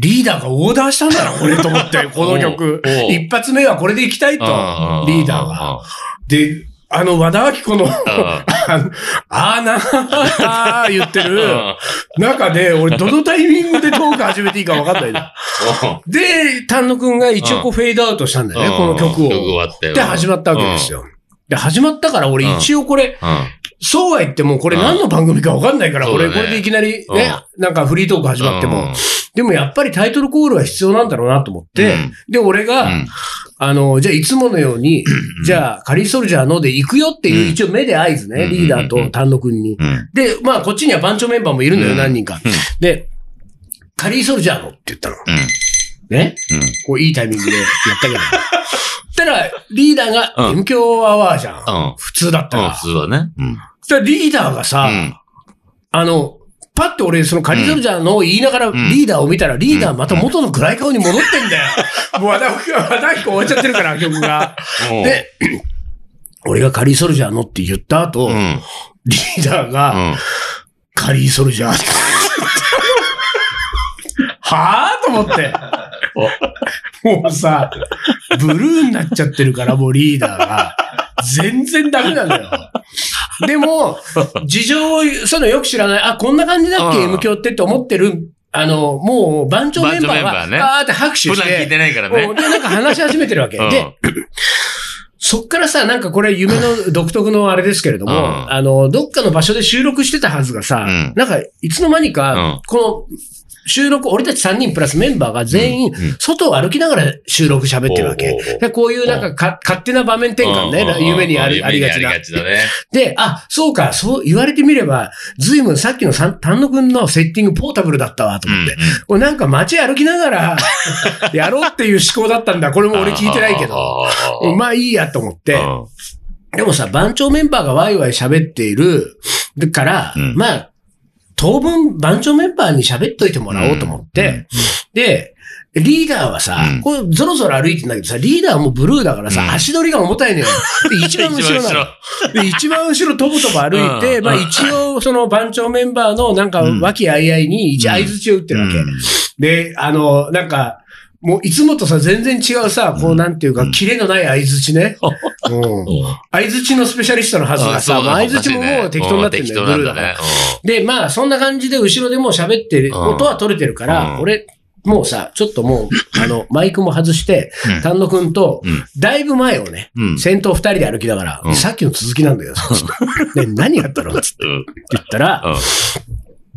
Speaker 1: リーダーがオーダーしたんだ な、これと思って、この曲
Speaker 2: おうお。う
Speaker 1: 一発目はこれでいきたいと、リーダーが。で、あの、和田明子の、
Speaker 2: が。
Speaker 1: あのあーなー言ってる中で、俺どのタイミングでトーク始めていいか分かんないな。で、丹野くんが一応こうフェードアウトしたんだよね、この曲
Speaker 2: 曲終
Speaker 1: を。
Speaker 2: わって。
Speaker 1: で、始まったわけですよ。で、始まったから俺一応これ、
Speaker 2: うん。
Speaker 1: そうは言っても、これ何の番組か分かんないから、
Speaker 2: うん
Speaker 1: 俺、
Speaker 2: そう
Speaker 1: こ
Speaker 2: だね
Speaker 1: れでいきなりね、なんかフリートーク始まって
Speaker 2: う
Speaker 1: も
Speaker 2: ん。
Speaker 1: でもやっぱりタイトルコールは必要なんだろうなと思って
Speaker 2: うん、
Speaker 1: で、俺
Speaker 2: う
Speaker 1: が、
Speaker 2: ん
Speaker 1: あの、じゃあいつものように、じゃあカリーソルジャーので行くよっていう
Speaker 2: うん
Speaker 1: 一応目で合図ね、
Speaker 2: うん
Speaker 1: リーダーと丹野くんに。
Speaker 2: うん。
Speaker 1: で、まあこっちには番長メンバーもいるの
Speaker 2: う
Speaker 1: よ、
Speaker 2: ん
Speaker 1: 何人か
Speaker 2: うん。
Speaker 1: で、カリーソルジャーのって言ったの。
Speaker 2: うん。
Speaker 1: ね。
Speaker 2: うん。
Speaker 1: こういいタイミングでやった けど。たら、リーダーが、
Speaker 2: うん
Speaker 1: M 強アワーじゃん。
Speaker 2: うん。
Speaker 1: 普通だった
Speaker 2: うん、
Speaker 1: ら
Speaker 2: 普。通はね。うん。
Speaker 1: そしたらリーダーがさ、あの、パッて俺、そのカリソルジャーのを言いながら
Speaker 2: ん
Speaker 1: リーダーを見たら、リーダーまた元の暗い顔に戻って んだよ。もう和田明和田明子終わっちゃってるから、曲が。
Speaker 2: うん、
Speaker 1: で、俺がカリーソルジャーのって言った後、
Speaker 2: うん、うん。
Speaker 1: リーダーが、カリーソルジャーって。はぁと思って。もうさ、ブルーになっちゃってるから、もうリーダーが。全然ダメなのよ。でも、事情を、そのよく知らない、あ、こんな感じだっけ、
Speaker 2: うん
Speaker 1: M 教ってって思ってる、あの、もう番長メンバー
Speaker 2: 番長メンバ
Speaker 1: が、
Speaker 2: ーね
Speaker 1: あーって拍手
Speaker 2: 普
Speaker 1: し
Speaker 2: 段聞い
Speaker 1: て、
Speaker 2: てないから
Speaker 1: もうで、
Speaker 2: ね。
Speaker 1: なんか話し始めてるわけ。
Speaker 2: うん
Speaker 1: で、そっからさ、なんかこれ夢の独特のあれですけれども、
Speaker 2: うん
Speaker 1: あの、どっかの場所で収録してたはずがさ、
Speaker 2: うん
Speaker 1: なんかいつの間にか、
Speaker 2: うん
Speaker 1: この、収録、俺たち3人プラスメンバーが全員
Speaker 2: うんうん、
Speaker 1: 外を歩きながら収録喋ってるわ
Speaker 2: お
Speaker 1: け
Speaker 2: うおうおう。
Speaker 1: でこういうなんかか勝手な場面転換
Speaker 2: うんうんうん
Speaker 1: ね、夢にあり
Speaker 2: 夢
Speaker 1: ありがちな
Speaker 2: あり。がちだね。
Speaker 1: で、あ、そうか、そう言われてみれば、ずいぶんさっきのさん丹野くんのセッティングポータブルだったわ、と
Speaker 2: うん
Speaker 1: 思って。これなんか街歩きなが ら、やろうっていう思考だったんだ。これも俺聞いてないけど。
Speaker 2: ど
Speaker 1: まあいいやと思って。
Speaker 2: うん
Speaker 1: でもさ、番長メンバーがワイワイ喋っている、だから、
Speaker 2: うん
Speaker 1: まあ、当分番長メンバーに喋っといてもらおうと思って、で、リーダーはさ、
Speaker 2: うん
Speaker 1: こう、ぞろぞろ歩いてんだけどさ、リーダーはもうブルーだからさ、
Speaker 2: うん
Speaker 1: 足取りが重たいのよ。で、 一番後ろなの。で、一番後ろとぼとぼ歩いて、
Speaker 2: うん
Speaker 1: まあ一応、その番長メンバーのなんか、和気あいあいに一
Speaker 2: うん
Speaker 1: 合図を打ってるわけ。
Speaker 2: うん
Speaker 1: で、あの、なんか、もういつもとさ、全然違うさ、こうなんていうか、
Speaker 2: うん
Speaker 1: キレのない合図 ね。うん。相槌のスペシャリストのはずがさ、まあ相槌ももう適当になってんだよ、ブルーだから。で、まあ、そんな感じで後ろでもう喋ってる、
Speaker 2: うん
Speaker 1: 音は取れてるから、
Speaker 2: うん
Speaker 1: 俺、もうさ、ちょっと もう、あの、マイクも外して、
Speaker 2: うん
Speaker 1: 丹野くんと
Speaker 2: うん、
Speaker 1: だいぶ前をね、
Speaker 2: うん
Speaker 1: 先頭二人で歩きながら、
Speaker 2: うん
Speaker 1: さっきの続きなんだよ。 で、何やったのつって
Speaker 2: うんうん
Speaker 1: 言ったら、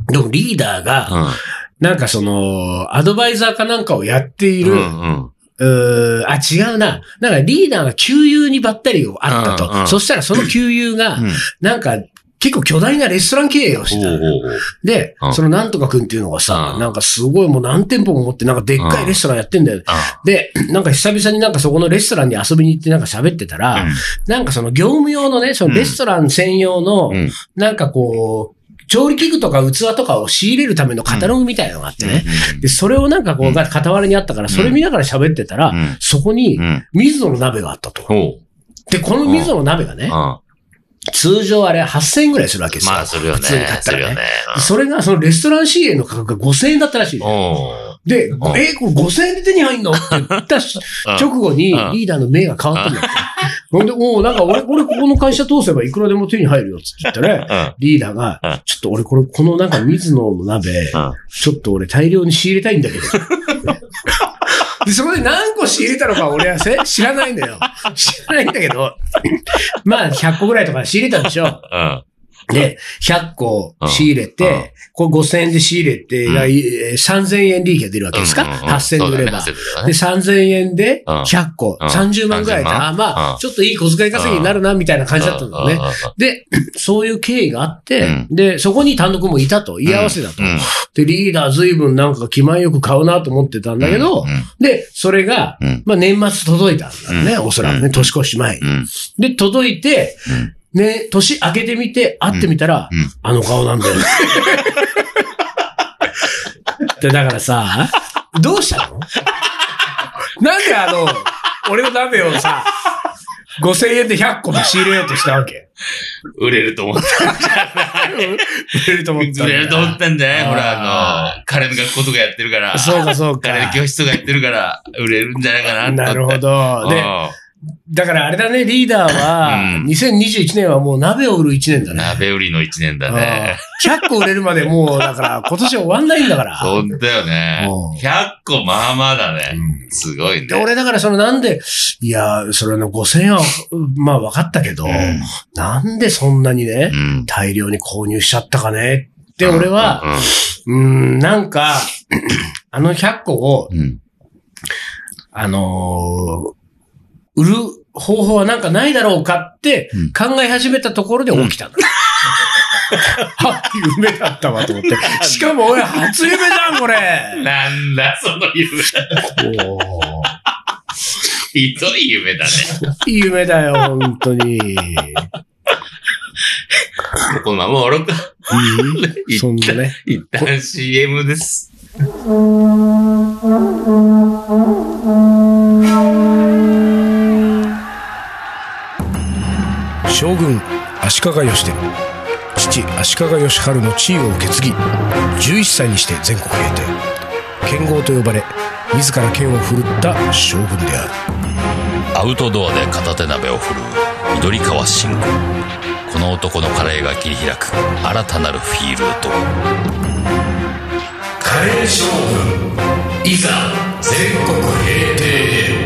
Speaker 1: でもリーダーが、なんかその、アドバイザーかなんかをやっている、
Speaker 2: うんうん
Speaker 1: うーんあ、違うな。なんかリーダーが給油にばったりをあったと。
Speaker 2: うんうん
Speaker 1: そしたらその給油が、
Speaker 2: うん
Speaker 1: なんか、結構巨大なレストラン経営をしてた。
Speaker 2: おうおうおう
Speaker 1: で、
Speaker 2: うん
Speaker 1: そのなんとかくんっていうのがさ、
Speaker 2: うん
Speaker 1: なんかすごいもう何店舗も持って、なんかでっかいレストランやってんだよ。
Speaker 2: あ
Speaker 1: で、なんか久々になんかそこのレストランに遊びに行ってなんか喋ってたら、
Speaker 2: うん
Speaker 1: なんかその業務用のね、そのレストラン専用の、
Speaker 2: うん
Speaker 1: なんかこう、調理器具とか器とかを仕入れるためのカタログみたいなのがあってね。で、それをなんかこ
Speaker 2: う
Speaker 1: う、
Speaker 2: ん
Speaker 1: が傍らにあったから、それ見ながら喋ってたら、
Speaker 2: うん
Speaker 1: そこに
Speaker 2: う、ん
Speaker 1: 水野の鍋があったと。
Speaker 2: おう
Speaker 1: で、この水野の鍋がね、
Speaker 2: あ
Speaker 1: 通常あれ8000円ぐらいするわけですよ。
Speaker 2: まあ、するよね。
Speaker 1: 普通に買った
Speaker 2: する
Speaker 1: ら
Speaker 2: よ
Speaker 1: ね
Speaker 2: ね。
Speaker 1: それが、そのレストラン CA の価格が5000円だったらしいの。
Speaker 2: おう
Speaker 1: で、えー
Speaker 2: ん
Speaker 1: これ5000円で手に入んのって言ったし
Speaker 2: うん
Speaker 1: 直後に
Speaker 2: うん
Speaker 1: リーダーの目が変わったんだって。ほんで、もうなんか俺、俺ここの会社通せばいくらでも手に入るよって言ったら、
Speaker 2: うん
Speaker 1: リーダーが
Speaker 2: うん、
Speaker 1: ちょっと俺これ、このなんか水野の鍋、
Speaker 2: うん
Speaker 1: ちょっと俺大量に仕入れたいんだけど。 で、そこで何個仕入れたのか俺はせ知らないんだよ。知らないんだけど。まあ、100個ぐらいとか仕入れたんでしょ。
Speaker 2: うん
Speaker 1: で、100個
Speaker 2: うん
Speaker 1: 仕入れ
Speaker 2: うん
Speaker 1: て、これ5000円で仕入れて、
Speaker 2: うん
Speaker 1: いやいえー3000円利益が出るわけですか、
Speaker 2: うんうんうん
Speaker 1: ?8000 円売れば。
Speaker 2: そうだ
Speaker 1: で、
Speaker 2: ね
Speaker 1: 3000円で
Speaker 2: うん
Speaker 1: 100個、
Speaker 2: うん
Speaker 1: 30万ぐらいで、
Speaker 2: 30万
Speaker 1: あま
Speaker 2: う
Speaker 1: あ、
Speaker 2: ん
Speaker 1: ちょっといい小遣い稼ぎになるな、みたいな感じだったんだよね。。で、そういう経緯があって、で、そこに単独もいたと、言い合わせだと
Speaker 2: うん。うん
Speaker 1: で、リーダー随分なんか気前よく買うなと思ってたんだけど
Speaker 2: うん、
Speaker 1: で、それが、
Speaker 2: うん
Speaker 1: まあ年末届いたんだよね、おそらく
Speaker 2: う
Speaker 1: ね、年越し前に
Speaker 2: う。ん
Speaker 1: で、届いて、
Speaker 2: うん
Speaker 1: ね、年明けてみて、会ってみたら、
Speaker 2: うんうん
Speaker 1: あの顔なんだよ。 で、だからさ、どうしたのなんであの、俺の鍋をさ、5000円で100個も仕入れようとしたわけ
Speaker 2: 売れると思った。
Speaker 1: 売れると思ったん
Speaker 2: 売
Speaker 1: だよ
Speaker 2: れると思ったんじゃないほら、
Speaker 1: あ
Speaker 2: あの、彼の学校とかやってるから。
Speaker 1: そうか、そう
Speaker 2: 彼の
Speaker 1: か。
Speaker 2: 教室とかやってるから、売れるんじゃないかな。
Speaker 1: なるほ
Speaker 2: ど。
Speaker 1: ど。で、だからあれだね、リーダーは、
Speaker 2: うん
Speaker 1: 2021年はもう鍋を売る1年だね。
Speaker 2: 鍋売りの一年だね。
Speaker 1: うん100個売れるまでもう、だ から今年は終わんないんだから。
Speaker 2: ほんとだよね
Speaker 1: うん。
Speaker 2: 100個まあまあだね
Speaker 1: う。
Speaker 2: すごいね。
Speaker 1: で、俺だからそのなんで、いや、それの5000円は、まあ分かったけど、
Speaker 2: うん
Speaker 1: なんでそんなにね、
Speaker 2: うん
Speaker 1: 大量に購入しちゃったかねって俺は、、うん、なんか、あの100個を、
Speaker 2: うんうん
Speaker 1: あのー売る方法はなんかないだろうかって
Speaker 2: うん
Speaker 1: 考え始めたところで起きたの。 あ、夢だったわと思って。しかも俺初夢じゃん、これ。
Speaker 2: なんだ、その夢。
Speaker 1: おー
Speaker 2: ひどい夢だね。
Speaker 1: いい夢だよ、本当に。
Speaker 2: このまま終わろうか。
Speaker 1: うんそんなね。
Speaker 2: 一旦 CM です。
Speaker 4: 将軍足利義輝父足利義晴の地位を受け継ぎ11歳にして全国平定剣豪と呼ばれ自ら剣を振るった将軍である
Speaker 5: アウトドアで片手鍋を振るう緑川信吾この男のカレーが切り開く新たなるフィールド
Speaker 4: カレー将軍いざ全国平定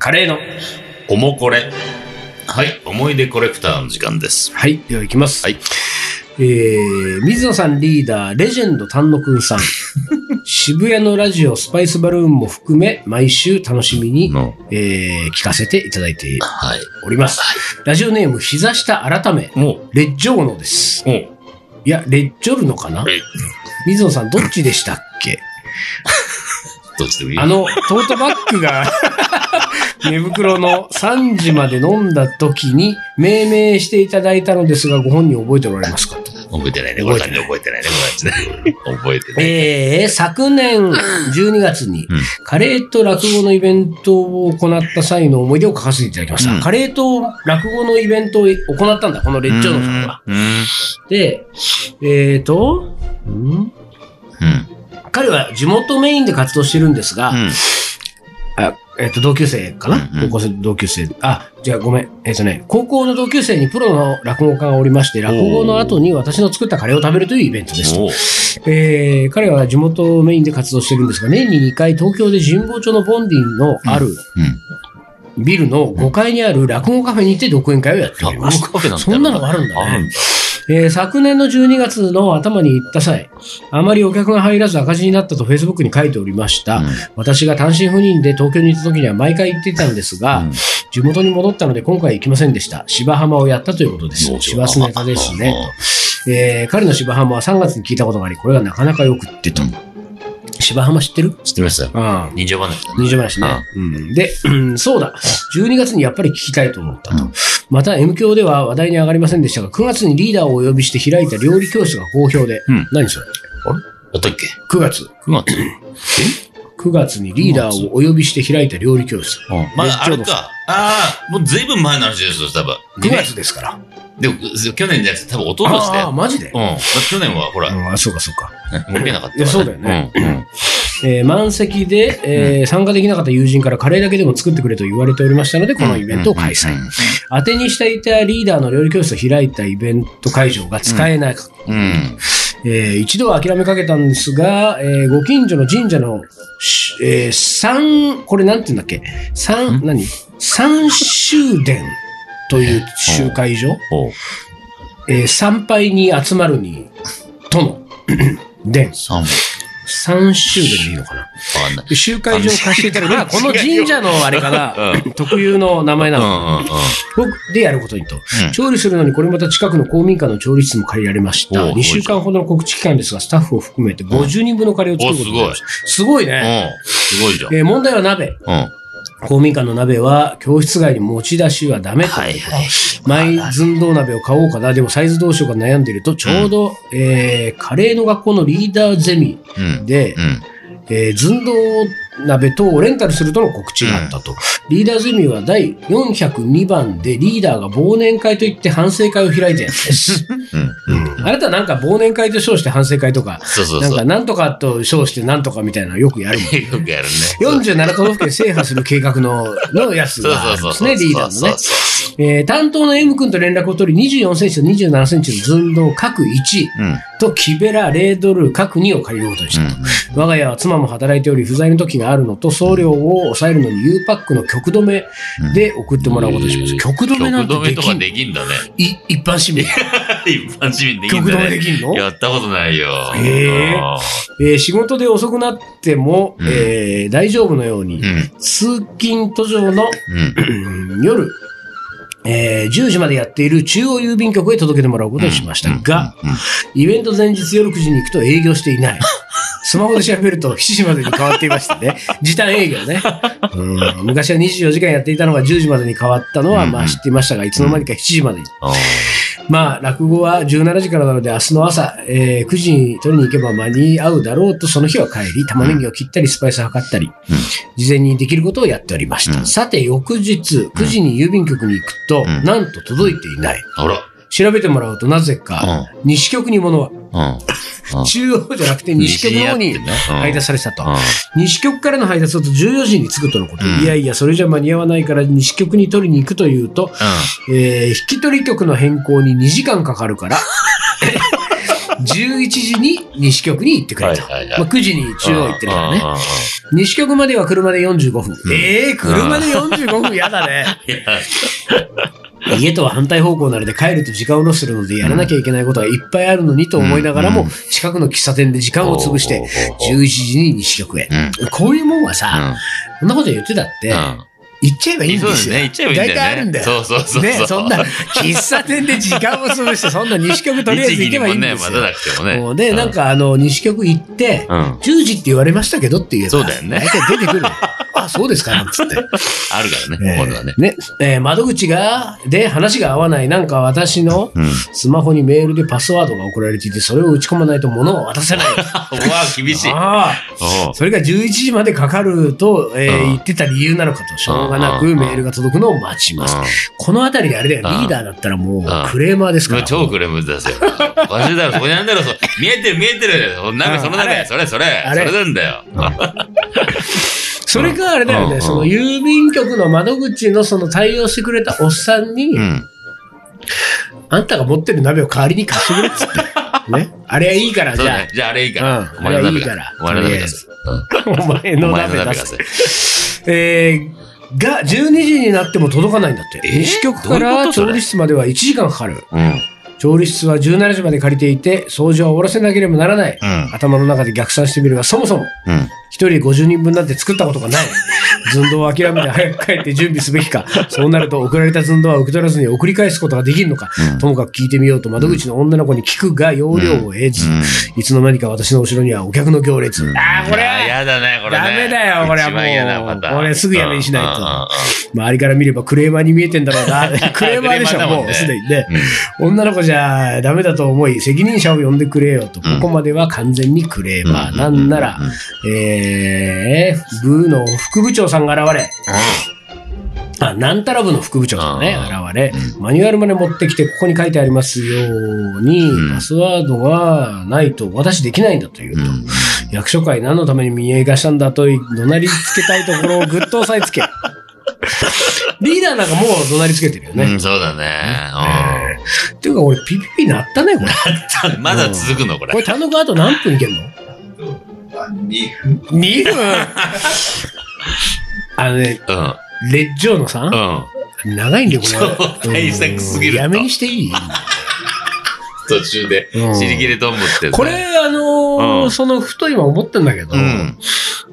Speaker 1: カレーの。
Speaker 2: おもこれ。はい、思い出コレクターの時間です。
Speaker 1: はい、では行きます。
Speaker 2: はい。
Speaker 1: えー、水野さんリーダー、レジェンド丹野くんさ ん。渋谷のラジオスパイスバルーンも含め、毎週楽しみに、
Speaker 5: の、
Speaker 1: えー、聞かせていただいて
Speaker 5: はい。
Speaker 1: おります。ラジオネーム、膝下改め、
Speaker 5: も
Speaker 1: レッジョーノです。
Speaker 5: う、もう、
Speaker 1: いや、レッジョルノかな
Speaker 5: はい
Speaker 1: 水野さん、どっちでしたっけ
Speaker 5: どっちでもいい。
Speaker 1: あの、トートバッグが、 寝袋の3時まで飲んだ時に命名していただいたのですが、ご本人覚えておられますかと。
Speaker 5: 覚えてないね。こ
Speaker 1: 覚
Speaker 5: れ
Speaker 1: えて
Speaker 5: 感
Speaker 1: な
Speaker 5: じ覚えてないね。これ感じね。覚えてない。
Speaker 1: えー昨年12月に
Speaker 5: うん、
Speaker 1: カレーと落語のイベントを行った際の思い出を書かせていただきました。
Speaker 5: うん
Speaker 1: カレーと落語のイベントを行ったんだ、このレッチョーノさんが。
Speaker 5: うん。
Speaker 1: で、えっ、ー、と、ん
Speaker 5: うん。
Speaker 1: 彼は地元メインで活動してるんですが、
Speaker 5: うん。
Speaker 1: あえっ、と、同級生かな、
Speaker 5: うんうん
Speaker 1: 高校生の同級生。あ、じゃあごめん。えっ、とね、高校の同級生にプロの落語家がおりまして、落語の後に私の作ったカレーを食べるというイベントです。
Speaker 5: おう
Speaker 1: えー彼は地元をメインで活動してるんですが、年に2回東京で神保町のボンディンのある
Speaker 5: うん。
Speaker 1: ビルの5階にある落語カフェにて独演会をやってお
Speaker 5: あ、
Speaker 1: り
Speaker 5: この
Speaker 1: ます。
Speaker 5: カフェなんだ。
Speaker 1: そんなのがあるんだね
Speaker 5: あるんだ。
Speaker 1: えー昨年の12月の頭に行った際、あまりお客が入らず赤字になったと Facebook に書いておりました。
Speaker 5: うん
Speaker 1: 私が単身赴任で東京に行った時には毎回行っていたんですが、
Speaker 5: うん
Speaker 1: 地元に戻ったので今回行きませんでした。芝浜をやったということです。芝浜ネタですね。えー彼の芝浜は3月に聞いたことがあり、これがなかなか良くってと。
Speaker 5: うん
Speaker 1: 芝浜知ってる
Speaker 5: 知ってましたよ。
Speaker 1: うん。
Speaker 5: 人情話だね。
Speaker 1: 20万しね。うん、で、うんそうだ。12月にやっぱり聞きたいと思ったと。
Speaker 5: うん
Speaker 1: また M 教では話題に上がりませんでしたが、9月にリーダーをお呼びして開いた料理教室が好評で。
Speaker 5: うん
Speaker 1: 何それ
Speaker 5: やったっけ
Speaker 1: ?9 月。
Speaker 5: ?9 月
Speaker 1: 9月にリーダーをお呼びして開いた料理教室。
Speaker 5: ま
Speaker 1: めっちゃ
Speaker 5: あ、あれか。ああ、もうずいぶん前の話ですよ、多分。
Speaker 1: 9月ですから。
Speaker 5: でも、去年じゃなくて、多分一昨年で。
Speaker 1: ああ、マジで、
Speaker 5: うん。だって去年は、ほら、
Speaker 1: う
Speaker 5: ね
Speaker 1: んあ、そうかそうか。
Speaker 5: 動けなかったから。
Speaker 1: いやそうだよね
Speaker 5: うん。うん
Speaker 1: えー満席で、えー参加できなかった友人からカレーだけでも作ってくれと言われておりましたので、このイベントを開催。当てにしていたリーダーの料理教室を開いたイベント会場が使えなかった
Speaker 5: うん。
Speaker 1: えー一度は諦めかけたんですが、えーご近所の神社のし、えー三、これなんて言うんだっけ三、何三修殿という集会所、
Speaker 5: おう
Speaker 1: えー参拝に集まるに、との、殿、
Speaker 5: 三本。
Speaker 1: 三修殿でいいのかな
Speaker 5: わかんない。
Speaker 1: で集会所を貸していただ く、まあ、この神社のあれかな、特有の名前な
Speaker 5: う
Speaker 1: のか
Speaker 5: んう
Speaker 1: な。
Speaker 5: んうん。
Speaker 1: 僕でやることにと。
Speaker 5: ん
Speaker 1: 調理するのにこれまた近くの公民館の調理室も借りられました。
Speaker 5: おう
Speaker 1: 2週間ほどの告知期間ですが、スタッフを含めて50人分のカレーを作ることになりました。すごいね。
Speaker 5: うん。すごいじゃん。
Speaker 1: えー問題は鍋。
Speaker 5: うん。
Speaker 1: 公民館の鍋は教室外に持ち出しはダメと。
Speaker 5: はいはい。
Speaker 1: 前寸胴鍋を買おうかな。でもサイズどうしようか悩んでいると、ちょうど、えーカレーの学校のリーダーゼミ
Speaker 5: うん。
Speaker 1: で、
Speaker 5: うん。
Speaker 1: えー、寸胴鍋等をレンタルするとの告知があったと。リーダーゼミは第402番でリーダーが忘年会といって反省会を開いたやつです。
Speaker 5: うん。うん。
Speaker 1: あなたなんか忘年会と称して反省会とか、
Speaker 5: そうそう
Speaker 1: なん
Speaker 5: そ
Speaker 1: か
Speaker 5: う。
Speaker 1: なんとかと称してなんとかみたいなのよくやるもん。
Speaker 5: よくやるね。
Speaker 1: 47都道府県制覇する計画の、のやつ
Speaker 5: そう
Speaker 1: があ
Speaker 5: そうそう
Speaker 1: るんです
Speaker 5: そう。
Speaker 1: ね、リーダーのね
Speaker 5: そう。そ
Speaker 1: えー担当の M 君と連絡を取り、24センチと27センチの寸胴各1
Speaker 5: う。うん。
Speaker 1: と木べら0ドル各2を借りることにした。我が家は妻も働いており、不在の時があるのと、送料を抑えるのに U パックの曲止めで送ってもらうことにしま
Speaker 5: う
Speaker 1: す。
Speaker 5: ん
Speaker 1: 曲止めなん
Speaker 5: 曲止め
Speaker 1: てで
Speaker 5: と
Speaker 1: き
Speaker 5: か
Speaker 1: ん
Speaker 5: できんだね。
Speaker 1: い一般市民。
Speaker 5: 一般市民できん
Speaker 1: 曲
Speaker 5: だ
Speaker 1: 止めで
Speaker 5: ね。
Speaker 1: きんの
Speaker 5: やったことないよ。
Speaker 1: へーえー仕事で遅くなっても、
Speaker 5: うん
Speaker 1: えー大丈夫のように、
Speaker 5: うん。うん。
Speaker 1: 通勤途上の
Speaker 5: うん。
Speaker 1: うん夜、えー10時までやっている中央郵便局へ届けてもらうことにしましたが、
Speaker 5: うん、
Speaker 1: イベント前日夜9時に行くと営業してい ない。スマホで調べると7時までに変わっていましたね。時短営業ね。うん昔は24時間やっていたのが10時までに変わったのは、
Speaker 5: うん
Speaker 1: まあ知っていましたが、いつの間にか7時までに。
Speaker 5: あ
Speaker 1: まあ、落語は17時からなので、明日の朝、えー9時に取りに行けば間に合うだろうと、その日は帰り、玉ねぎを切ったり、スパイスを測ったり、事前にできることをやっておりました。
Speaker 5: うん
Speaker 1: さて、翌日、9時に郵便局に行くと、
Speaker 5: うん
Speaker 1: なんと届いていない。
Speaker 5: あら。
Speaker 1: 調べてもらうと、なぜか、西局に物は、
Speaker 5: うん。うん
Speaker 1: 中央じゃなくて西局の方に
Speaker 5: 西にあってねうん
Speaker 1: 配達されてたと。
Speaker 5: うん。
Speaker 1: 西局からの配達だと14時に着くとのこと。
Speaker 5: うん
Speaker 1: いやいや、それじゃ間に合わないから西局に取りに行くというと、
Speaker 5: う
Speaker 1: えー引き取り局の変更に2時間かかる から、11時に西局に行ってく
Speaker 5: ん。は
Speaker 1: れ
Speaker 5: い
Speaker 1: と。
Speaker 5: はい
Speaker 1: ま
Speaker 5: は
Speaker 1: あ、9時に中央行ってるからね。
Speaker 5: い。
Speaker 1: 西局までは車で45分。ええー、車で45分やだね。
Speaker 5: ね。
Speaker 1: 家とは反対方向なので帰ると時間をロスするのでやらなきゃいけないことがいっぱいあるのにと思いながら
Speaker 2: う
Speaker 1: も
Speaker 2: ん
Speaker 1: 近くの喫茶店で時間を潰して11時に西局へ。
Speaker 2: うん。
Speaker 1: こういうもんは
Speaker 2: う
Speaker 1: さ、
Speaker 2: ん
Speaker 1: こんなこと言ってたって、行っちゃえばいいん
Speaker 2: そう
Speaker 1: で
Speaker 2: ですす
Speaker 1: よ。
Speaker 2: ね。言っちゃえばいいんだよね。
Speaker 1: 大体あるんだよ。
Speaker 2: そうそうそう。
Speaker 1: ねそんな、喫茶店で時間を潰して、そんな西局とりあえず行けばいいんです
Speaker 2: 律儀にもね、待
Speaker 1: よ。
Speaker 2: たなくてもね。
Speaker 1: もうね、なんかあの、西局行って、
Speaker 2: うん、うん。
Speaker 1: 10時って言われましたけどって言えば
Speaker 2: そうだよね
Speaker 1: 大体出て くる。あ、そうですかなんつって。
Speaker 2: あるから
Speaker 1: え
Speaker 2: ね、
Speaker 1: ー
Speaker 2: ここではね。
Speaker 1: ね、えー窓口が、で、話が合わない、なんか私の
Speaker 2: うん。
Speaker 1: スマホにメールでパスワードが送られていて、それを打ち込まないと物を渡せない。
Speaker 2: あうわ、厳 しい。
Speaker 1: ああ
Speaker 2: おう
Speaker 1: それが11時までかかると、えー
Speaker 2: うん
Speaker 1: 言ってた理由なのかと、しょうがなく
Speaker 2: うん
Speaker 1: メールが届くのを待ちます。
Speaker 2: う
Speaker 1: このあたりであれだよ、
Speaker 2: うん
Speaker 1: リーダーだったらも
Speaker 2: ん
Speaker 1: うクレーマーですか
Speaker 2: ん
Speaker 1: ら。
Speaker 2: 超クレー ム出すよ。おかしいだろ、そこにあんだろ、そう見えてる見えてる。そんな
Speaker 1: うん
Speaker 2: その中
Speaker 1: あれ
Speaker 2: や、それそれ。
Speaker 1: あ
Speaker 2: そ
Speaker 1: れ
Speaker 2: れなんだよ。
Speaker 1: それかあれだよ
Speaker 2: う
Speaker 1: ね、
Speaker 2: ん
Speaker 1: その郵便局の窓口のその対応してくれたおっさんに
Speaker 2: う、ん。
Speaker 1: あんたが持ってる鍋を代わりに貸してくれっつ って。ね。あれはいいから、
Speaker 2: そう
Speaker 1: じゃ
Speaker 2: だ
Speaker 1: あ
Speaker 2: ね。。じゃあ、あれいいから。
Speaker 1: うん
Speaker 2: お前の鍋
Speaker 1: あれいいか
Speaker 2: が
Speaker 1: ら。
Speaker 2: お前の鍋がす。
Speaker 1: お前
Speaker 2: うん
Speaker 1: の
Speaker 2: お前の
Speaker 1: 鍋
Speaker 2: 鍋
Speaker 1: 出
Speaker 2: が
Speaker 1: す。
Speaker 2: す。
Speaker 1: えーが、12時になっても届かないんだって。
Speaker 2: えー
Speaker 1: 西局か
Speaker 2: どういうこ
Speaker 1: ら
Speaker 2: とそれ
Speaker 1: 調理室までは1時間かかる。
Speaker 2: うん。うん。
Speaker 1: 調理室は17時まで借りていて、掃除は終わらせなければならない。頭の中で逆算してみるが、そもそも、
Speaker 2: うん。
Speaker 1: 一人50人分なんて作ったことがない。寸胴を諦めて早く帰って準備すべきか。そうなると送られた寸胴は受け取らずに送り返すことができるのか。
Speaker 2: うん
Speaker 1: ともかく聞いてみようと窓口の女の子に聞くが、要領を得ず、いつの間にか私の後ろにはお客の行列。ああ、これ
Speaker 2: あーやだね、これね。
Speaker 1: ダメだよこれはもう
Speaker 2: 一番嫌なパターン
Speaker 1: これすぐやめにしないと
Speaker 2: うん
Speaker 1: 周りから見ればクレーマーに見えてんだろうな。クレーマーでし
Speaker 2: クレーマーだ
Speaker 1: ょ、
Speaker 2: もんね
Speaker 1: もうすでにね。
Speaker 2: うんうんうん
Speaker 1: 女の子じゃダメだと思い、責任者を呼んでくれよと、こ
Speaker 2: うん
Speaker 1: こまでは完全にクレーマー。なんなら
Speaker 2: うん、
Speaker 1: えー、部の副部長さんが現れ、あ、なんたら部の副部長さんがね、
Speaker 2: う
Speaker 1: 現れ、マニュアルまで持ってきて、ここに書いてありますように
Speaker 2: う、ん
Speaker 1: パスワードがないと私できないんだというと。
Speaker 2: うん
Speaker 1: 役所会何のために民営化したんだと怒鳴りつけたいところをぐっと押さえつ け。リーダーなんかもう怒鳴りつけてるよ
Speaker 2: う
Speaker 1: ね。
Speaker 2: ん、そうだね。
Speaker 1: っていうか俺ピピピなったね、これ。
Speaker 2: うん。まだ続くの、これ
Speaker 1: こ。れ単独あと何分いけんの
Speaker 3: あ2分
Speaker 1: ?2 分あのね、
Speaker 2: うん。うん。
Speaker 1: レッジョーノさん、長いんだよ、こ
Speaker 2: 超
Speaker 1: れ。
Speaker 2: 大作すぎる
Speaker 1: うん
Speaker 2: と
Speaker 1: やめにしていい
Speaker 2: 途中で、
Speaker 1: うん
Speaker 2: 尻切れと思ってね
Speaker 1: これ、あのー
Speaker 2: うん
Speaker 1: その、ふと今思ったんだけど、
Speaker 2: うん。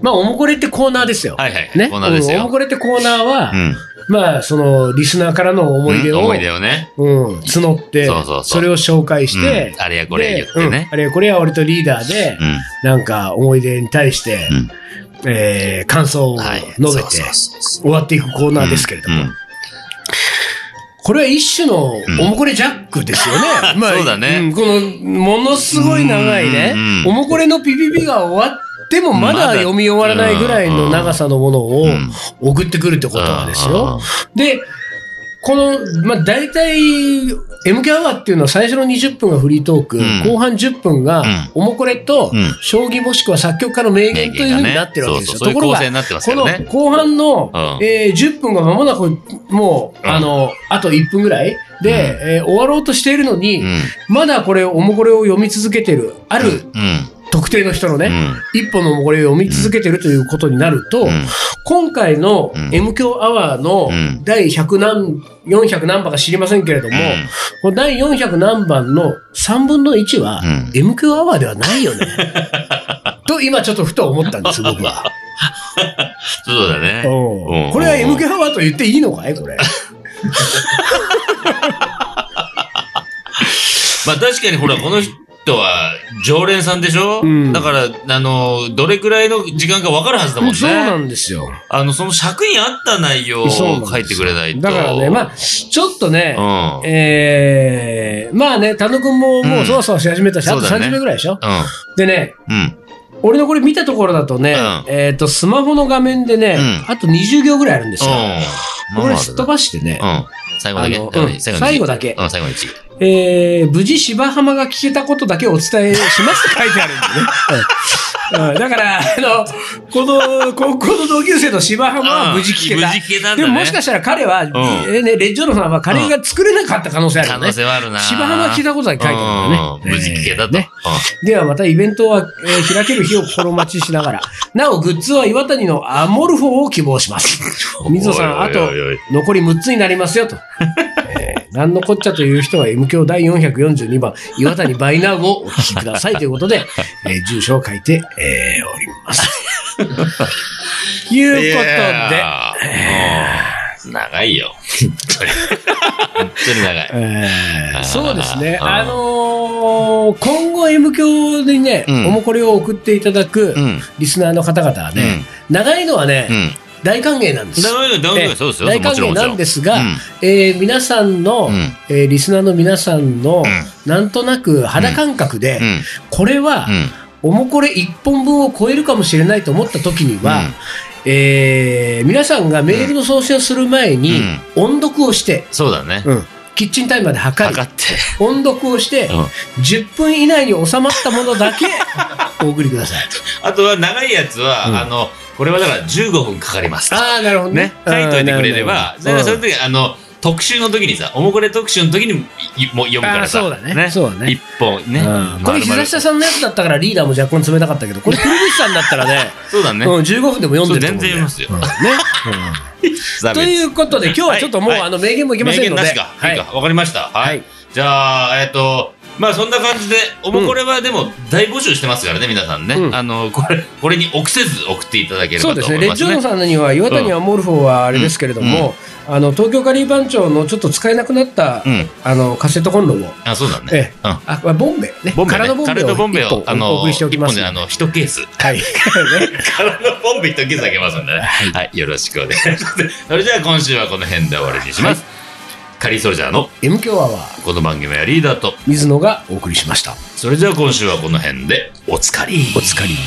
Speaker 1: まあ、おもこれってコーナーですよ。
Speaker 2: はいはい。
Speaker 1: ね。
Speaker 2: コーナーです
Speaker 1: うんおも
Speaker 2: よ。
Speaker 1: これってコーナーは、
Speaker 2: うん。
Speaker 1: まあ、その、リスナーからの思い出
Speaker 2: うん
Speaker 1: を、
Speaker 2: 思い出をね。
Speaker 1: うん、募って、
Speaker 2: そうそうそう
Speaker 1: れを紹介し
Speaker 2: う
Speaker 1: て、
Speaker 2: んあれやこれや言って
Speaker 1: でうん
Speaker 2: ね。
Speaker 1: あれやこれは俺とリーダーで、
Speaker 2: うん。
Speaker 1: なんか思い出に対して、
Speaker 2: うん
Speaker 1: えー感想を
Speaker 2: はい
Speaker 1: 述べて
Speaker 2: そうそうそう
Speaker 1: 終わっていくコーナーですけれども、
Speaker 2: うん
Speaker 1: これは一種のおもこれジャックです よね。まあ
Speaker 2: そうだね
Speaker 1: んこのものすごい長いね
Speaker 2: うんうん、うん
Speaker 1: おもこれのピピピが終わってもまだ
Speaker 2: まだ
Speaker 1: 読み終わらないぐらいの長さのものを
Speaker 2: うん
Speaker 1: 送ってくるってことなんですよ。
Speaker 2: うん
Speaker 1: で、この、まあ、大体、MK アワーっていうのは最初の20分がフリートーク、
Speaker 2: うん
Speaker 1: 後半10分が
Speaker 2: うん、
Speaker 1: おもこれと
Speaker 2: うん、
Speaker 1: 将棋もしくは作曲家の名言というふうになってるわけですよ。と
Speaker 2: そうそうそういう
Speaker 1: ころ
Speaker 2: 構
Speaker 1: が
Speaker 2: 成、になってます
Speaker 1: こ
Speaker 2: か
Speaker 1: の
Speaker 2: らね。
Speaker 1: 後半の、
Speaker 2: うん
Speaker 1: えー10分が間もなく、もう、
Speaker 2: うん
Speaker 1: あの、あと1分ぐらいで、えー終わろうとしているのに、
Speaker 2: うん。
Speaker 1: まだこれ、おもこれを読み続けてる、ある
Speaker 2: うん。
Speaker 1: 特定の人のね、
Speaker 2: うん
Speaker 1: 一本のおもこれを読み続けてるということになると、
Speaker 2: うん
Speaker 1: 今回の
Speaker 2: うん
Speaker 1: M 強アワーの
Speaker 2: うん
Speaker 1: 第100何、400何番か知りませんけれども、
Speaker 2: うん
Speaker 1: この第400何番の3分の1は
Speaker 2: うん
Speaker 1: M 強アワーではないよ ね。と今ちょっとふと思ったんです、僕は。
Speaker 2: そうだね。
Speaker 1: う
Speaker 2: うんん
Speaker 1: これは M 強アワーと言っていいのかいこれ。
Speaker 2: まあ確かにほら、この人は常連さんでしょ、
Speaker 1: うん
Speaker 2: だから、あの、どれくらいの時間か分かるはずだもんね。
Speaker 1: そうなんですよ。
Speaker 2: あの、その尺に合った内容を
Speaker 1: そうなんです
Speaker 2: 書いてくれないと。
Speaker 1: だからね、まあ、ちょっとね、
Speaker 2: あうん。
Speaker 1: えー、まあね、田野くんももうそわそわし始めたし、
Speaker 2: うん
Speaker 1: あと
Speaker 2: そうだね
Speaker 1: 30秒ぐらいでしょ、でね、
Speaker 2: うん。うん。
Speaker 1: 俺のこれ見たところだとね、
Speaker 2: う
Speaker 1: えっ、と、スマホの画面でね、
Speaker 2: う
Speaker 1: あと20行ぐらいあるんですよ。
Speaker 2: うん。
Speaker 1: これすっ飛ばしてね、
Speaker 2: うん。最後だけ
Speaker 1: あの
Speaker 2: 最後だ
Speaker 1: うん
Speaker 2: け。
Speaker 1: 最後だけ
Speaker 2: うん、最後に一。
Speaker 1: えー、無事芝浜が聞けたことだけお伝えします って書いてあるんでねうん。うんだから、あの、この、高校の同級生の芝浜は無事聞けた。
Speaker 2: 無事聞けたんだ、ね。
Speaker 1: でももしかしたら彼は、えーね、レッジョーノさんはカレーが作れなかった可能性ある
Speaker 2: 可
Speaker 1: よね
Speaker 2: 能。性はあるな。
Speaker 1: 芝浜は聞いたことだけ書いてあるんだよね
Speaker 2: うん無事聞けたと。
Speaker 1: えーねではまたイベントは、えー開ける日を心待ちしながら。なお、グッズは岩谷のアモルフォを希望します。
Speaker 2: うん
Speaker 1: 水野さん、あと
Speaker 2: おいおいおい
Speaker 1: 残り6つになりますよと。なんのこっちゃという人は M 教第442番、岩谷バイナウをお聞きくださいという ことで、えー住所を書いて、えーおります。 と
Speaker 2: と
Speaker 1: いうことで、
Speaker 2: 長いよ。本当に。本当に長い。
Speaker 1: え
Speaker 2: あ
Speaker 1: ー
Speaker 2: ー
Speaker 1: そうですね。
Speaker 2: あー
Speaker 1: あのー今後 M 教にね、
Speaker 2: うん
Speaker 1: おもこりを送っていただく
Speaker 2: うん。
Speaker 1: リスナーの方々はね、長いのはね、
Speaker 2: うん。
Speaker 1: 大歓迎なんです。
Speaker 2: ダメだ、ダメだ、そうですよ。
Speaker 1: 大
Speaker 2: も
Speaker 1: 歓
Speaker 2: ちろん、
Speaker 1: 迎
Speaker 2: もち
Speaker 1: な
Speaker 2: ろ
Speaker 1: ん
Speaker 2: ん。
Speaker 1: ですが、えー皆さんの、
Speaker 2: うん。うん。
Speaker 1: えーリスナーの皆さんの、なんとなく肌感覚で、
Speaker 2: うん。
Speaker 1: これは
Speaker 2: う、ん。
Speaker 1: おもこれ1本分を超えるかもしれないと思った時には、
Speaker 2: うん
Speaker 1: えー皆さんがメールの送信をする前に、音読をして、
Speaker 2: そうだね。
Speaker 1: うんキッチンタイマーで測る
Speaker 2: 測って。
Speaker 1: 音読をして、
Speaker 2: うん
Speaker 1: 10分以内に収まったものだ けお送りください
Speaker 2: あとは長いやつは、
Speaker 1: うん
Speaker 2: あの、これはだから15分かかりますと。
Speaker 1: ああなるほどね
Speaker 2: ね。書いといてくれれば、
Speaker 1: うん
Speaker 2: だからその時、あの、特集の時にさ、おもこれ特集の時にいもう読むからさ。
Speaker 1: あーそうだねそうだね
Speaker 2: 一本ね。
Speaker 1: うんこれ膝下
Speaker 2: さ
Speaker 1: さんのやつだったからリーダーも若干冷たかったけどこれ黒口さんだったらね
Speaker 2: そうだね。
Speaker 1: うん、15分でも読んでると思う
Speaker 2: そう全然読みますよ
Speaker 1: うんね、
Speaker 2: さ
Speaker 1: うん
Speaker 2: あ
Speaker 1: ということで今日はちょっともう、
Speaker 2: はい
Speaker 1: あの名言もいけま
Speaker 2: 名
Speaker 1: せん
Speaker 2: 言
Speaker 1: ので
Speaker 2: なしか。
Speaker 1: はい
Speaker 2: いいか、わかりました。は
Speaker 1: はいい。
Speaker 2: じゃあ、えっと、まあそんな感じで、おもこれはでも大募集してますからね、皆さんね
Speaker 1: う。ん
Speaker 2: あの、これ、これに臆せず送っていただけれ
Speaker 1: そ
Speaker 2: ば
Speaker 1: うで
Speaker 2: と
Speaker 1: す
Speaker 2: 思
Speaker 1: ね、
Speaker 2: い
Speaker 1: レッ
Speaker 2: ま
Speaker 1: ジョ
Speaker 2: す
Speaker 1: ー
Speaker 2: ね
Speaker 1: ン。さんのには、岩谷アモルフォはあれですけれども、あの東京カリー番長のちょっと使えなくなった、
Speaker 2: うん。
Speaker 1: あのカセットコンロを、
Speaker 2: あ、そうだね。
Speaker 1: ええ
Speaker 2: うん
Speaker 1: あこれボンベね、
Speaker 2: ボンベね、
Speaker 1: 空のボンベを
Speaker 2: 空のボンベを
Speaker 1: 一本
Speaker 2: あの
Speaker 1: お送りしておきます
Speaker 2: 一
Speaker 1: の
Speaker 2: 本で
Speaker 1: で。
Speaker 2: あの一ケース
Speaker 1: はい、
Speaker 2: 空のボンベ一ケースあげますんでねはい、よろしくお願いしますそれじゃあ今週はこの辺で終わりにします、カリーソルジャーの
Speaker 1: M 強アワー、
Speaker 2: この番組はリーダーと
Speaker 1: 水野がお送りしました。
Speaker 2: それじゃあ今週はこの辺でおつかりおつかり